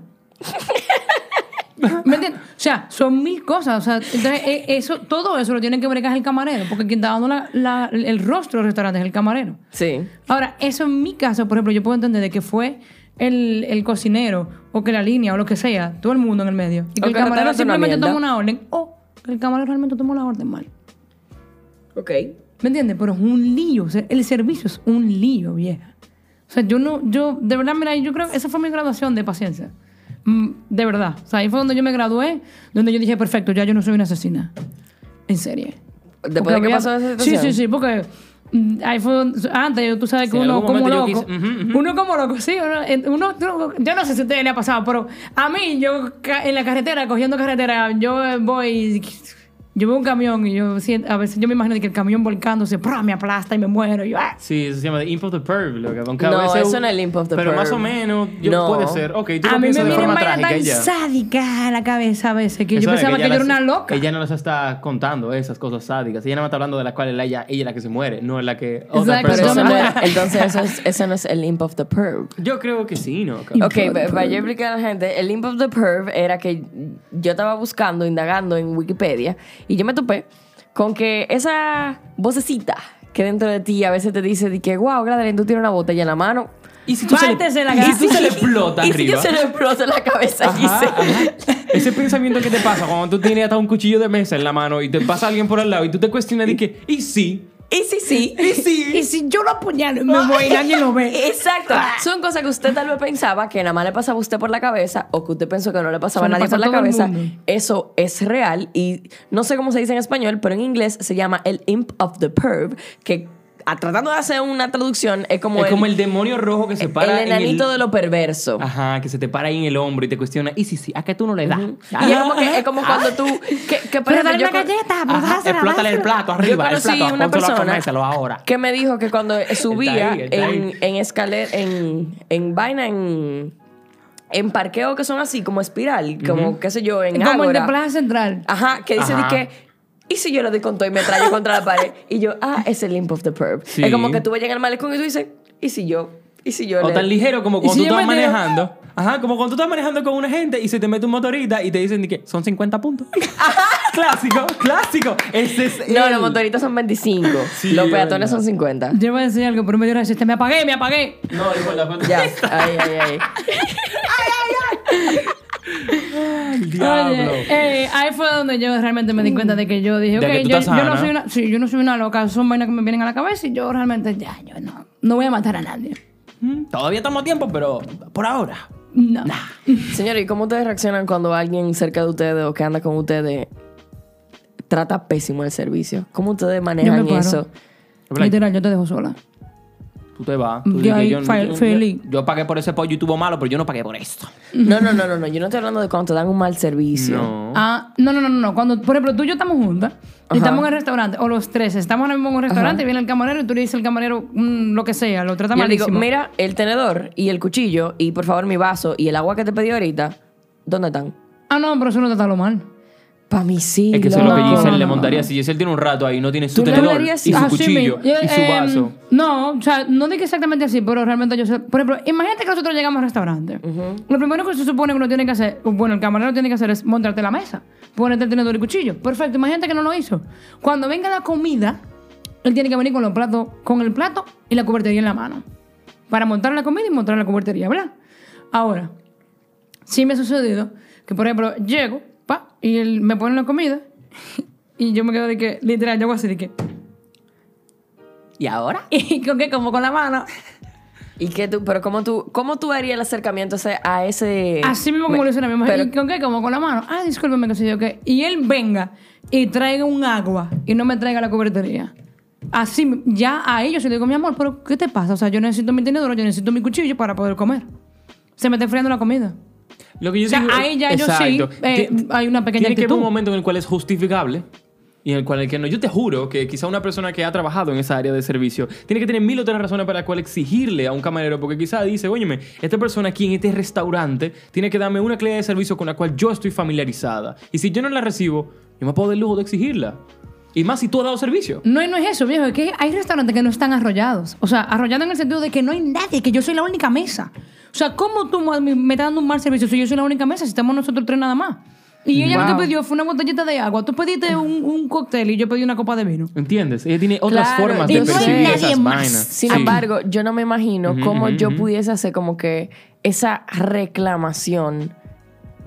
¿Me entiendes? O sea, son mil cosas. O sea, entonces, eh, eso, todo eso lo tiene que bregar el camarero, porque quien está dando la- la- el rostro del restaurante es el camarero. Sí. Ahora, eso en mi caso, por ejemplo, yo puedo entender de que fue el, el cocinero o que la línea o lo que sea, todo el mundo en el medio. Y que O el que camarero restaurante una simplemente mierda. tomó una orden o que el camarero realmente tomó la orden mal. Ok. ¿Me entiendes? Pero es un lío. o sea, el servicio es un lío, vieja. O sea, yo no, yo, de verdad, mira, yo creo que esa fue mi graduación de paciencia. Mm, De verdad. O sea, ahí fue donde yo me gradué, donde yo dije, perfecto, ya yo no soy una asesina. En serie. Porque ¿Después de que había- pasó esa situación? Sí, sí, sí, porque mm, ahí fue donde- antes, tú sabes que Sí, en uno algún como loco. momento yo quise- ujú, Uno como loco, sí. Uno, en- uno- uno- yo no sé si a ustedes les ha pasado, pero a mí, yo ca- en la carretera, cogiendo carretera, yo eh, voy Yo veo un camión y yo siento- a veces yo me imagino que el camión volcándose, ¡prá! me aplasta y me muero. Y yo, ¡ah! Sí, eso se llama the imp of the perv, loca. Aunque a No, veces- eso no es el imp of the Pero perv. más o menos, yo- No. puede ser. Ok, tú A lo mí me piensas de viene forma vaina trágica tan y ya. sádica a la cabeza a veces que yo Esa de pensaba que, ella yo era las- una loca. Ella no las está contando, esas cosas sádicas. Ella nada más está hablando de las cuales la- ella, ella es la que se muere, no es la que otra Exacto. Pero eso persona. no es- entonces eso, es- eso no es el imp of the perv. Yo creo que sí, ¿no? Imp Ok, of the pa- para perv. yo explicar a la gente, el imp of the perv era que yo estaba buscando, indagando en Wikipedia y yo me topé con que esa vocecita que dentro de ti a veces te dice de que, wow, Gladys, tú tienes una botella en la mano. Y si tú se le, Pártese la y si cara. tú se le explota Y si arriba. yo se le explota la cabeza y Ajá, se- ajá. Ese pensamiento que te pasa cuando tú tienes hasta un cuchillo de mesa en la mano y te pasa alguien por al lado y tú te cuestionas de que, ¿y sí? Y sí, sí. ¿Y sí? Y si yo lo apuñalo y me voy Pues, y nadie lo ve. Ah. Exacto. Son cosas que usted tal vez pensaba que nada más le pasaba a usted por la cabeza o que usted pensó que no le pasaba Eso le a nadie pasa a por la todo el cabeza. mundo. Eso es real y no sé cómo se dice en español, pero en inglés se llama el imp of the perv, que a- tratando de hacer una traducción es como, es como el demonio rojo que se para el en enanito el... de lo perverso. Ajá, que se te para ahí en el hombro y te cuestiona, ¿y sí, sí? ¿A qué tú no le das? Ah, Y es como, que, es como Ah. cuando tú... Que, que, por Pero ejemplo, dale yo una con- galleta, pero Ajá, dásela, explótale el dásela. plato Yo arriba, el conocí plato, una póntelo a persona coméselo ahora. que me dijo que cuando subía ahí, está en, ahí. en escalera, en, en vaina, en, en parqueo que son así, como espiral, como qué sé yo, en Como el de Ágora. Plaza Central. Ajá, que dice de Ajá. que, ¿y si yo lo doy con todo y me traigo contra la pared? Y yo, ah, es el limp of the perp. Sí. Es como que tú vayas en el malecón y tú dices, ¿y si yo? ¿Y si yo O le- tan ligero como Y cuando si tú yo estás me entero- manejando. Ajá, como cuando tú estás manejando con una gente y se te mete un motorista y te dicen de que son 50 puntos. clásico, clásico. Ese es No, el- los motoritos son 25. Sí, los es verdad. peatones son 50. Yo voy a decir algo, pero me dio una siesta. Me apagué, me apagué. No, hijo de la puta. Ya, ay, ay, ay. El diablo. Oye, eh, ahí fue donde yo realmente me di cuenta de que yo dije, De que ok, tú yo, estás yo no sana. soy una, sí, yo no soy una loca, son vainas que me vienen a la cabeza y yo realmente ya, yo no, no voy a matar a nadie. Mm, Todavía estamos a tiempo, pero por ahora. No. Señores, ¿y cómo ustedes reaccionan cuando alguien cerca de ustedes o que anda con ustedes trata pésimo el servicio? ¿Cómo ustedes manejan paro. eso? Literal, yo te dejo sola. Tú te vas. Tú dices, Yo ahí, yo, fe- yo- feliz. yo pagué por ese pollo y tuvo malo, pero yo no pagué por esto. No, no, no, no, no. Yo no estoy hablando de cuando te dan un mal servicio. Oh. Ah, no, no, no, no, no. Cuando, por ejemplo, tú y yo estamos juntas, y estamos en el restaurante, o los tres, estamos ahora mismo en un restaurante y viene el camarero y tú le dices al camarero mm, lo que sea, lo trata Yo le digo, malísimo. mira, el tenedor y el cuchillo y por favor mi vaso y el agua que te pedí ahorita, ¿dónde están? Ah, no, pero eso no trata lo mal. Para mi sí. Es que eso es lo que No, Giselle no, le no, montaría. Si Giselle tiene un rato ahí, no tiene su Tú le tenedor, y hablarías su Así cuchillo, mismo. Yo, y su eh, vaso. No, o sea, no digo exactamente así, pero realmente yo sé. Por ejemplo, imagínate que nosotros llegamos al restaurante. Lo primero que se supone que uno tiene que hacer, bueno, el camarero tiene que hacer es montarte la mesa, ponerte el tenedor y cuchillo. Perfecto, imagínate que no lo hizo. Cuando venga la comida, él tiene que venir con los platos, con el plato y la cubertería en la mano. Para montar la comida y montar la cubertería, ¿verdad? Ahora, sí me ha sucedido que, por ejemplo, llego, pa, y él me pone la comida y yo me quedo de que, literal, yo hago así de que. ¿Y ahora? Y con que como con la mano. ¿Y qué tú? Pero ¿cómo tú, cómo tú harías el acercamiento ese- a ese... Así mismo como Eh, Me- lo hizo la misma. pero- ¿Y con qué? Como con la mano. Ah, discúlpeme, que sé yo qué. Y él venga y traiga un agua y no me traiga la cubertería. Así, mi- ya a ellos yo le digo, mi amor, pero ¿qué te pasa? O sea, yo necesito mi tenedor, yo necesito mi cuchillo para poder comer. Se me está enfriando la comida. Lo que yo O sea, siempre- ahí ya yo sí, eh, Ti- hay una pequeña Tiene que haber un actitud. momento en el cual es justificable y en el cual el que no. Yo te juro que quizá una persona que ha trabajado en esa área de servicio tiene que tener mil otras razones para la cual exigirle a un camarero, porque quizá dice, óyeme, esta persona aquí en este restaurante tiene que darme una clase de servicio con la cual yo estoy familiarizada. Y si yo no la recibo, yo me puedo dar el lujo de exigirla. Y más si tú has dado servicio. No, y no es eso, viejo. Es que hay restaurantes que no están arrollados. O sea, arrollados en el sentido de que no hay nadie, que yo soy la única mesa. O sea, ¿cómo tú ma- me me estás dando un mal servicio si yo soy la única mesa? Si estamos nosotros tres nada más. Y ella lo Wow. que pidió fue una botellita de agua. Tú pediste un, un cóctel y yo pedí una copa de vino. ¿Entiendes? Ella tiene otras Claro, formas de yo soy percibir nadie esas más. vainas. Sin Sí. embargo, yo no me imagino Ujú, cómo ujú, yo ujú. pudiese hacer como que esa reclamación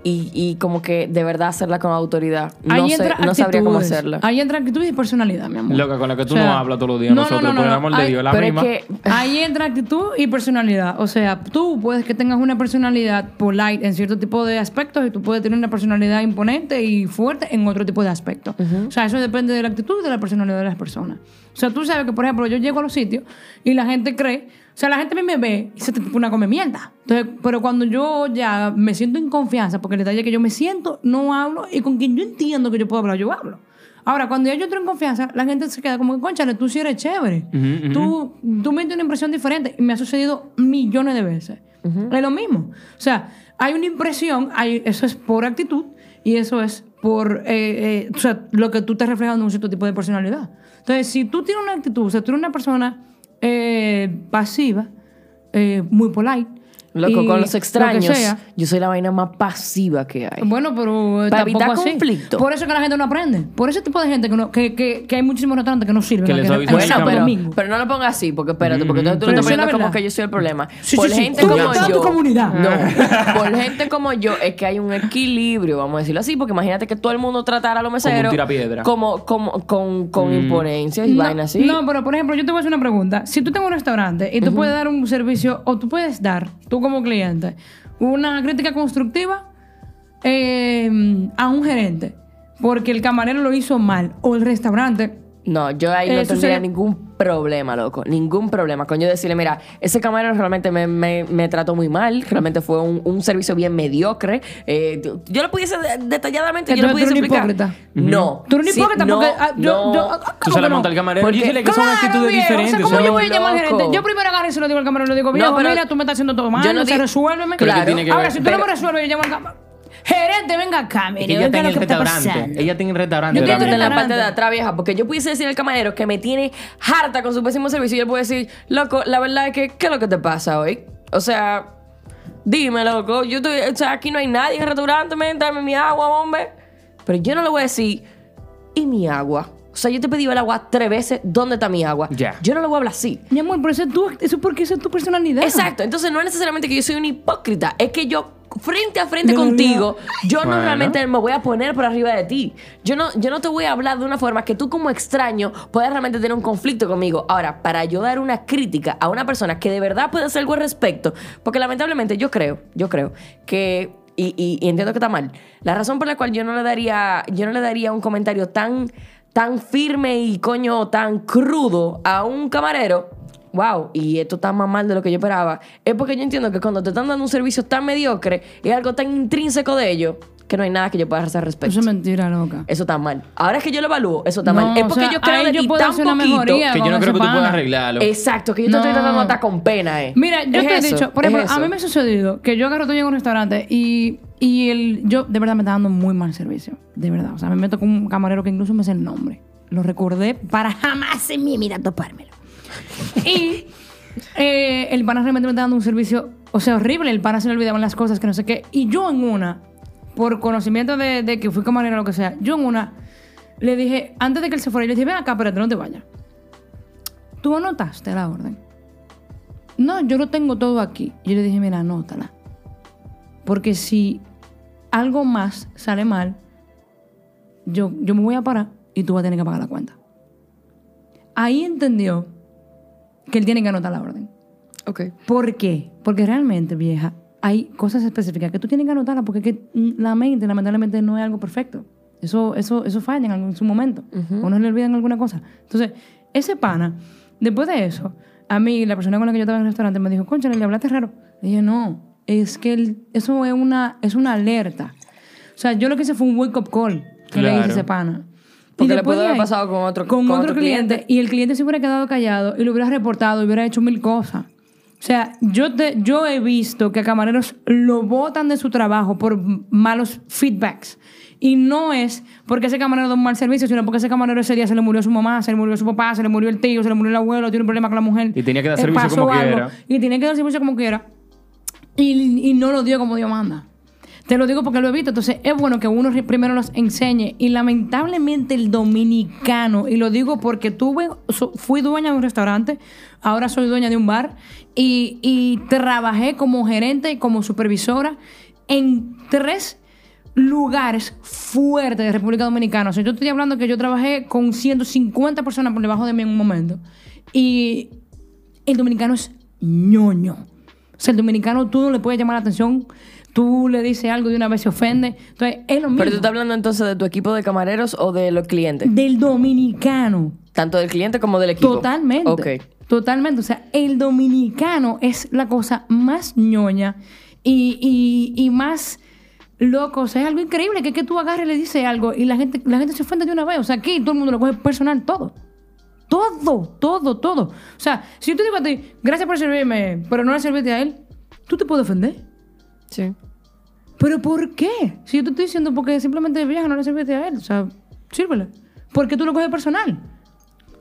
y, y como que de verdad hacerla con autoridad. No, sé, no sabría cómo actitudes. hacerla. Ahí entra actitudes y personalidad, mi amor. Loca, con la que tú O sea, no hablas todos los días no, no, nosotros, no, por el no, amor de ay, Dios. La pero es misma. que- Ahí entra actitud y personalidad. O sea, tú puedes que tengas una personalidad polite en cierto tipo de aspectos y tú puedes tener una personalidad imponente y fuerte en otro tipo de aspectos. O sea, eso depende de la actitud y de la personalidad de las personas. O sea, tú sabes que, por ejemplo, yo llego a los sitios y la gente cree, o sea, la gente a mí me ve y se te pone a comer mierda. Entonces, pero cuando yo ya me siento en confianza, porque el detalle es que yo me siento, no hablo y con quien yo entiendo que yo puedo hablar, yo hablo. Ahora, cuando ya yo entro en confianza, la gente se queda como que, conchale, tú sí eres chévere. Ujú, ujú. Tú, tú me das una impresión diferente. Y me ha sucedido millones de veces. Es lo mismo. O sea, hay una impresión, hay, eso es por actitud y eso es por eh, eh, o sea, lo que tú estás reflejando en un cierto tipo de personalidad. Entonces, si tú tienes una actitud, o sea, tú eres una persona eh, pasiva, eh, muy polite. Loco, y con lo los que extraños. sea, yo soy la vaina más pasiva que hay. bueno, pero eh, Para tampoco evitar así. conflicto. Por eso es que la gente no aprende. Por ese tipo de gente que, no- que, que, que hay muchísimos restaurantes que no sirven. Que aquí les en- avisan en el bueno, Santo cambio. pero, Domingo. pero no lo pongas así, porque espérate, porque entonces tú lo Pero estás sí, la poniendo como verdad. que yo soy el problema. Sí, por sí, sí. gente Tú como toda yo. tu comunidad. No, por gente como yo es que hay un equilibrio, vamos a decirlo así, porque imagínate que todo el mundo tratara a los meseros tirapiedra. como, como con, con imponencias y No, vainas así. No, pero por ejemplo, yo te voy a hacer una pregunta. Si tú tienes un restaurante y tú puedes dar un servicio, o tú puedes dar, tú como cliente, una crítica constructiva eh, a un gerente, porque el camarero lo hizo mal, o el restaurante. No, yo ahí Eh, no tendría sucede- ningún problema, loco. Ningún problema. Con yo decirle, mira, ese camarero realmente me, me- me trató muy mal. Realmente fue un, un servicio bien mediocre. Eh, yo lo pudiese de- detalladamente, yo lo Entonces, pudiese tú eres un explicar. hipócrita. No. Tú eres un Sí, hipócrita no, porque ah, yo, no. yo- ah, Tú ¿cómo se la que no? montas al camarero. Porque- Yo dile que son Claro, actitudes viejo, diferentes. O sea, ¿cómo son- yo voy a llamar al Loco. gerente? Yo primero agarro y se lo digo al camarero. Le digo, viejo, pero- mira, tú me estás haciendo todo mal. Yo no o sea, digo- resuélveme. Pero que tiene que Ahora, ver- si tú no pero- me resuelves, yo llamo al camarero. Gerente, venga acá, mire. que ella oiga está en lo el que está restaurante. pasando. Ella tiene el restaurante. Yo Yo quiero realmente. en la restaurante. parte de atrás, vieja, porque yo pudiese decir al camarero que me tiene harta con su pésimo servicio y él puede decir, loco, la verdad es que, ¿qué es lo que te pasa hoy? O sea, dime, loco, yo estoy, o sea, aquí no hay nadie en el restaurante, me tráeme mi agua, hombre. Pero yo no le voy a decir, ¿y mi agua? O sea, yo te pedí el agua tres veces, ¿dónde está mi agua? Ya. Yo no le voy a hablar así. Mi amor, pero eso es, tu, eso es porque esa es tu personalidad. Exacto, entonces no es necesariamente que yo soy un hipócrita, es que yo frente a frente No, no, no. contigo, yo Bueno. no realmente me voy a poner por arriba de ti. Yo no, yo no te voy a hablar de una forma que tú como extraño puedas realmente tener un conflicto conmigo. Ahora, para yo dar una crítica a una persona que de verdad puede hacer algo al respecto, porque lamentablemente yo creo, yo creo que y, y- y entiendo que está mal. La razón por la cual yo no le daría, yo no le daría un comentario tan tan firme y coño tan crudo a un camarero wow, y esto está más mal de lo que yo esperaba, es porque yo entiendo que cuando te están dando un servicio tan mediocre, es algo tan intrínseco de ellos, que no hay nada que yo pueda hacer al respecto. Eso es mentira, loca. Eso está mal. Ahora es que yo lo evalúo, eso está No, mal. Es o porque sea, yo creo ahí de yo ti puedo tan hacer una poquito. mejoría. Que yo con no creo ese que tú puedas pana. arreglarlo. Exacto, que yo te No. estoy tratando hasta con pena, eh. Mira, yo Es te he eso, dicho, por es ejemplo, a eso. mí me ha sucedido que yo agarro todo llego a un restaurante y, y el, yo de verdad me está dando muy mal servicio. De verdad. O sea, a mí me tocó un camarero que incluso me sé el nombre. Lo recordé para jamás en mi vida topármelo. y eh, el pana realmente me está dando un servicio, o sea, horrible. El pana se le olvidaban las cosas, que no sé qué. Y yo en una, por conocimiento de, de que fui camarero o lo que sea, yo en una le dije, antes de que él se fuera, yo le dije, ven acá, espérate, no te vayas. Tú anotaste la orden. No, yo lo tengo todo aquí. Yo le dije, mira, anótala. Porque si algo más sale mal, yo, yo me voy a parar y tú vas a tener que pagar la cuenta. Ahí entendió que él tiene que anotar la orden. Ok. ¿Por qué? Porque realmente, vieja, hay cosas específicas que tú tienes que anotarlas porque es que mm, la mente, lamentablemente, no es algo perfecto. Eso, eso, eso falla en algún- en su momento. O no le olvidan alguna cosa. Entonces, ese pana, después de eso, a mí, la persona con la que yo estaba en el restaurante me dijo, concha, le hablaste raro. Le dije, no, es que el- eso es una, es una alerta. O sea, yo lo que hice fue un wake-up call que le Claro. hice a ese pana. Porque Y le después pudo de haber ahí, pasado con otro- con con otro otro cliente, cliente. y el cliente se hubiera quedado callado y lo hubiera reportado y hubiera hecho mil cosas. O sea, yo, te, yo he visto que camareros lo botan de su trabajo por m- malos feedbacks. Y no es porque ese camarero da un mal servicio, sino porque ese camarero ese día se le murió su mamá, se le murió su papá, se le murió el tío, se le murió el abuelo, tiene un problema con la mujer. Y tenía que dar eh, servicio pasó como algo, quiera. Y tenía que dar servicio como quiera. Y, y no lo dio como Dios manda. Te lo digo porque lo he visto. Entonces, es bueno que uno ri- primero los enseñe. Y lamentablemente el dominicano, y lo digo porque tuve, so- fui dueña de un restaurante, ahora soy dueña de un bar, y, y trabajé como gerente y como supervisora en tres lugares fuertes de República Dominicana. O sea, yo estoy hablando que yo trabajé con 150 personas por debajo de mí en un momento. Y el dominicano es ñoño. O sea, el dominicano tú no le puedes llamar la atención, tú le dices algo y de una vez se ofende. Entonces, es lo mismo Pero tú estás hablando entonces de tu equipo de camareros o de los clientes. del dominicano. Tanto del cliente como del equipo. Totalmente. Ok. Totalmente. O sea, el dominicano es la cosa más ñoña y, y- y más Loco, o sea, es algo increíble que es que tú agarres y le dices algo y la gente, la gente se ofende de una vez. O sea, aquí todo el mundo lo coge personal, todo. Todo, todo, todo. O sea, si yo te digo a ti, gracias por servirme, pero no le serviste a él, tú te puedes ofender. Sí. ¿Pero por qué? Si yo te estoy diciendo porque simplemente viaja, no le serviste a él. O sea, sírvele. Porque tú lo coges personal.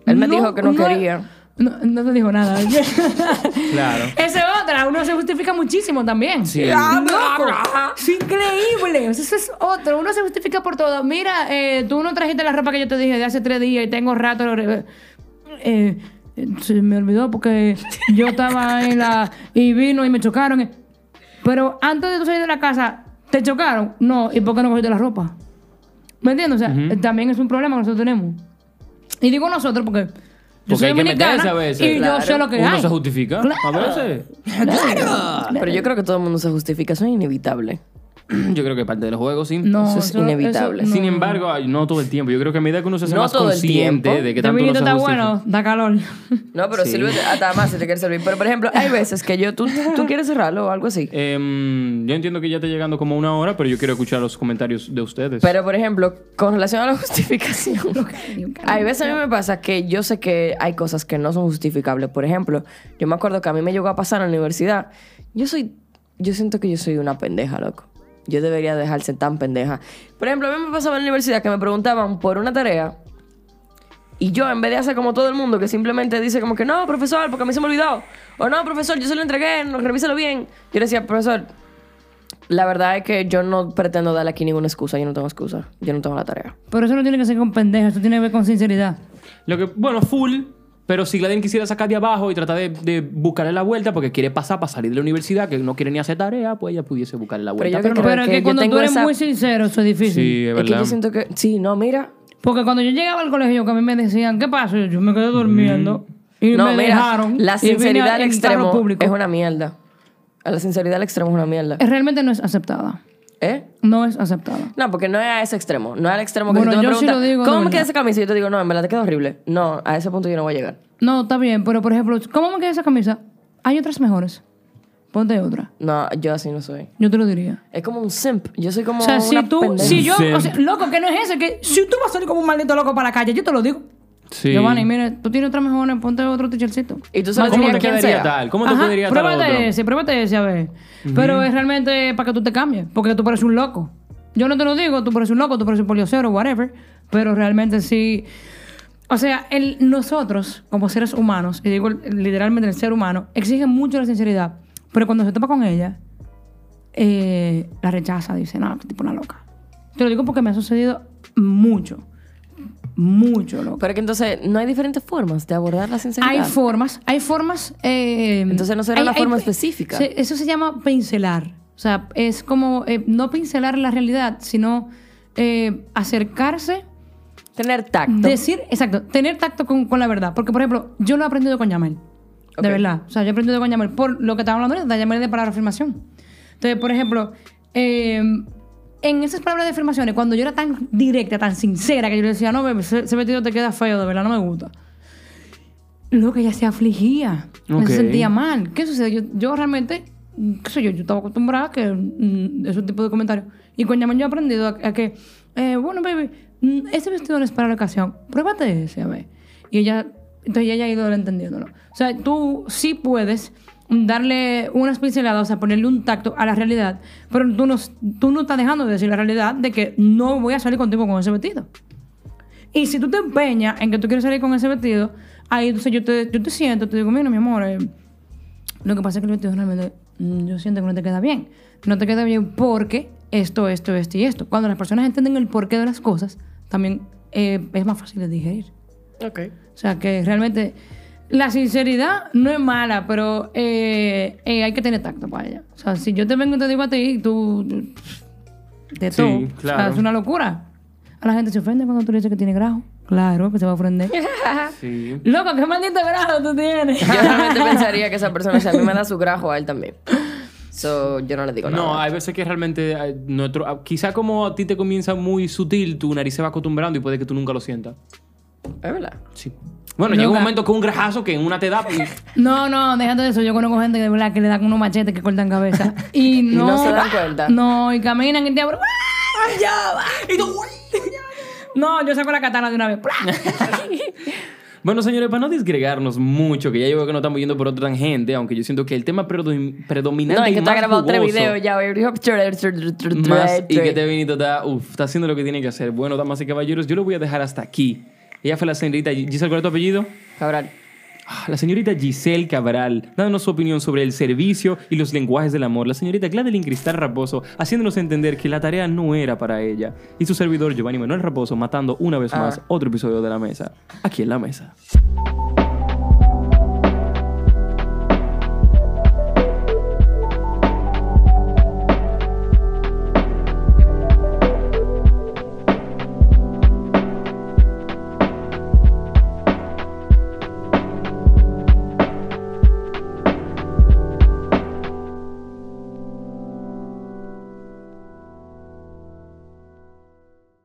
Él me dijo que no quería. No, no te dijo nada. Claro. Esa es otra. Uno se justifica muchísimo también. Sí. Loco, es increíble. O sea, eso es otro. Uno se justifica por todo. Mira, eh, tú no trajiste la ropa que yo te dije de hace tres días y tengo rato. eh, eh, se me olvidó porque yo estaba en la. y vino y me chocaron. Pero antes de tú salir de la casa, ¿te chocaron? No. ¿Y por qué no cogiste la ropa? ¿Me entiendes? O sea, eh, también es un problema que nosotros tenemos. Y digo nosotros porque. Yo Porque soy hay que dominicana meterse a veces. Y Claro. yo sé lo que Uno hay. se justifica. A veces. Pero yo creo que todo el mundo se justifica. Eso es inevitable. Yo creo que parte del juego, sí. No, Eso es inevitable. Sin no. embargo, ay, no todo el tiempo. Yo creo que a medida que uno se hace No más todo el consciente tiempo. de que Este tanto no vinito se está justifica. bueno, da calor. No, pero Sí. sirve hasta más si te quieres servir. Pero, por ejemplo, hay veces que yo... ¿Tú, tú quieres cerrarlo o algo así? Em, yo entiendo que ya está llegando como una hora, pero yo quiero escuchar los comentarios de ustedes. Pero, por ejemplo, con relación a la justificación, hay veces a mí me pasa que yo sé que hay cosas que no son justificables. Por ejemplo, yo me acuerdo que a mí me llegó a pasar en la universidad. Yo soy, yo siento que yo soy una pendeja, loco. Yo debería dejarse tan pendeja. Por ejemplo, a mí me pasaba en la universidad que me preguntaban por una tarea y yo, en vez de hacer como todo el mundo, que simplemente dice como que no, profesor, porque a mí se me olvidó. O no, profesor, yo se lo entregué, no, revísalo bien. Yo le decía, profesor, la verdad es que yo no pretendo darle aquí ninguna excusa. Yo no tengo excusa. Yo no tengo la tarea. Pero eso no tiene que ser con pendejas, eso tiene que ver con sinceridad. Lo que, bueno, full. Pero si Gladys quisiera sacar de abajo y tratar de, de buscarle la vuelta porque quiere pasar para salir de la universidad, que no quiere ni hacer tarea, pues ella pudiese buscarle la vuelta. yo Pero creo no. Pero es que que, yo cuando tú tengo eres esa- muy sincero, eso es difícil. Sí, es es que verdad. yo siento que... Sí, no, mira. Porque cuando yo llegaba al colegio, que a mí me decían, ¿qué pasa? Yo, yo me quedé durmiendo. Y no, me mira, dejaron. La y vine sinceridad al en extremo carro público. es una mierda. La sinceridad al extremo es una mierda. Eh, Realmente no es aceptada. ¿Eh? No es aceptada. No, porque no es a ese extremo. No es al extremo que Bueno, si tú me yo sí lo preguntas, digo de ¿cómo me verdad. queda esa camisa? Y yo te digo, no, en verdad te queda horrible. No, a ese punto yo no voy a llegar. No, está bien, pero por ejemplo, ¿cómo me queda esa camisa? Hay otras mejores. Ponte otra. No, yo así no soy. Yo te lo diría. Es como un simp. Yo soy como O sea, si una tú, pendeja. si yo, Sí. o sea, loco, que no es eso, que si tú vas a salir como un maldito loco para la calle, yo te lo digo. Sí. Giovanni, mire, tú tienes otra mejor, ponte otro tichercito. Y tú sabes ¿Cómo quién te quedaría sea. tal? ¿Cómo te Ajá, quedaría tal pruébate otro? ese, pruébate ese a ver. Pero es realmente para que tú te cambies, porque tú pareces un loco. Yo no te lo digo, tú pareces un loco, tú pareces un poliocero, whatever. Pero realmente sí. O sea, el, nosotros, como seres humanos, y digo literalmente el ser humano, exige mucho la sinceridad. Pero cuando se topa con ella, eh, la rechaza, dice, no, este tipo es una loca. Te lo digo porque me ha sucedido mucho. Mucho, loco. Pero que entonces no hay diferentes formas de abordar la sinceridad. Hay formas, hay formas. eh, Entonces no será hay- una hay forma pe- específica. se- eso se llama pincelar. O sea, es como eh, no pincelar la realidad, sino eh, acercarse, Tener tacto. decir, exacto, tener tacto con, con la verdad. Porque, por ejemplo, yo lo he aprendido con Yamel. De Ok. verdad. O sea, yo he aprendido con Yamel por lo que estaba hablando ahorita, Yamel de palabra de afirmación. Entonces, por ejemplo, eh, en esas palabras de afirmaciones, cuando yo era tan directa, tan sincera, que yo le decía, no, bebé, ese ese vestido te queda feo, de verdad, no me gusta. Luego que ella se afligía, Ok. se sentía mal. ¿Qué sucede? Yo, yo realmente, mm, qué sé yo, yo estaba acostumbrada a que mm, ese tipo de comentarios. Y con Yaman yo he aprendido a, a que, eh, bueno, baby, mm, ese vestido no es para la ocasión, pruébate ese, a ver. Y ella, entonces ella ya ha ido entendiéndolo. O sea, tú sí puedes darle unas pinceladas, o sea, ponerle un tacto a la realidad, pero tú no, tú no estás dejando de decir la realidad de que no voy a salir contigo con ese vestido. Y si tú te empeñas en que tú quieres salir con ese vestido, ahí entonces yo te, yo te siento, te digo, mira, mi amor, eh, lo que pasa es que el vestido realmente mm, yo siento que no te queda bien. No te queda bien porque esto, esto, esto y esto. Cuando las personas entienden el porqué de las cosas, también eh, es más fácil de digerir. Ok. O sea, que realmente la sinceridad no es mala, pero eh, eh, hay que tener tacto para ella. O sea, si yo te vengo y te digo a ti, tú... De Sí, todo. O sea, claro. es una locura. A la gente se ofende cuando tú le dices que tiene grajo. Claro, que se va a ofender. Sí. Loco, qué maldito grajo tú tienes. Yo realmente pensaría que esa persona, o sea, a mí me da su grajo a él también. So, yo no le digo nada. No, hay veces que realmente eh, nuestro, ah, quizá como a ti te comienza muy sutil, tu nariz se va acostumbrando y puede que tú nunca lo sientas. Es verdad. Sí. Bueno, llega un Loca. momento que un grajazo que en una te da. pues, No, no, déjate de eso. Yo conozco gente que de verdad que le dan unos machetes que cortan cabeza. Y no, no se dan cuenta. No, y caminan y te abro. y tú, "Uy". No, yo saco la katana de una vez. Bueno, señores, para no disgregarnos mucho, que ya yo veo que no estamos yendo por otra tangente, aunque yo siento que el tema predo- predominante No, y es que tú más has grabado tres jugoso, videos ya. baby. más- y que este vinito está, uf, está haciendo lo que tiene que hacer. Bueno, damas y caballeros, yo lo voy a dejar hasta aquí. Ella fue la señorita Gi- Giselle, ¿cuál es tu apellido? Cabral. Ah, La señorita Giselle Cabral, dándonos su opinión sobre el servicio y los lenguajes del amor. La señorita Gladeline Cristal Raposo, haciéndonos entender que la tarea no era para ella. Y su Ah. servidor Giovanni Manuel Raposo, matando una vez más otro episodio de La Mesa, aquí en La Mesa.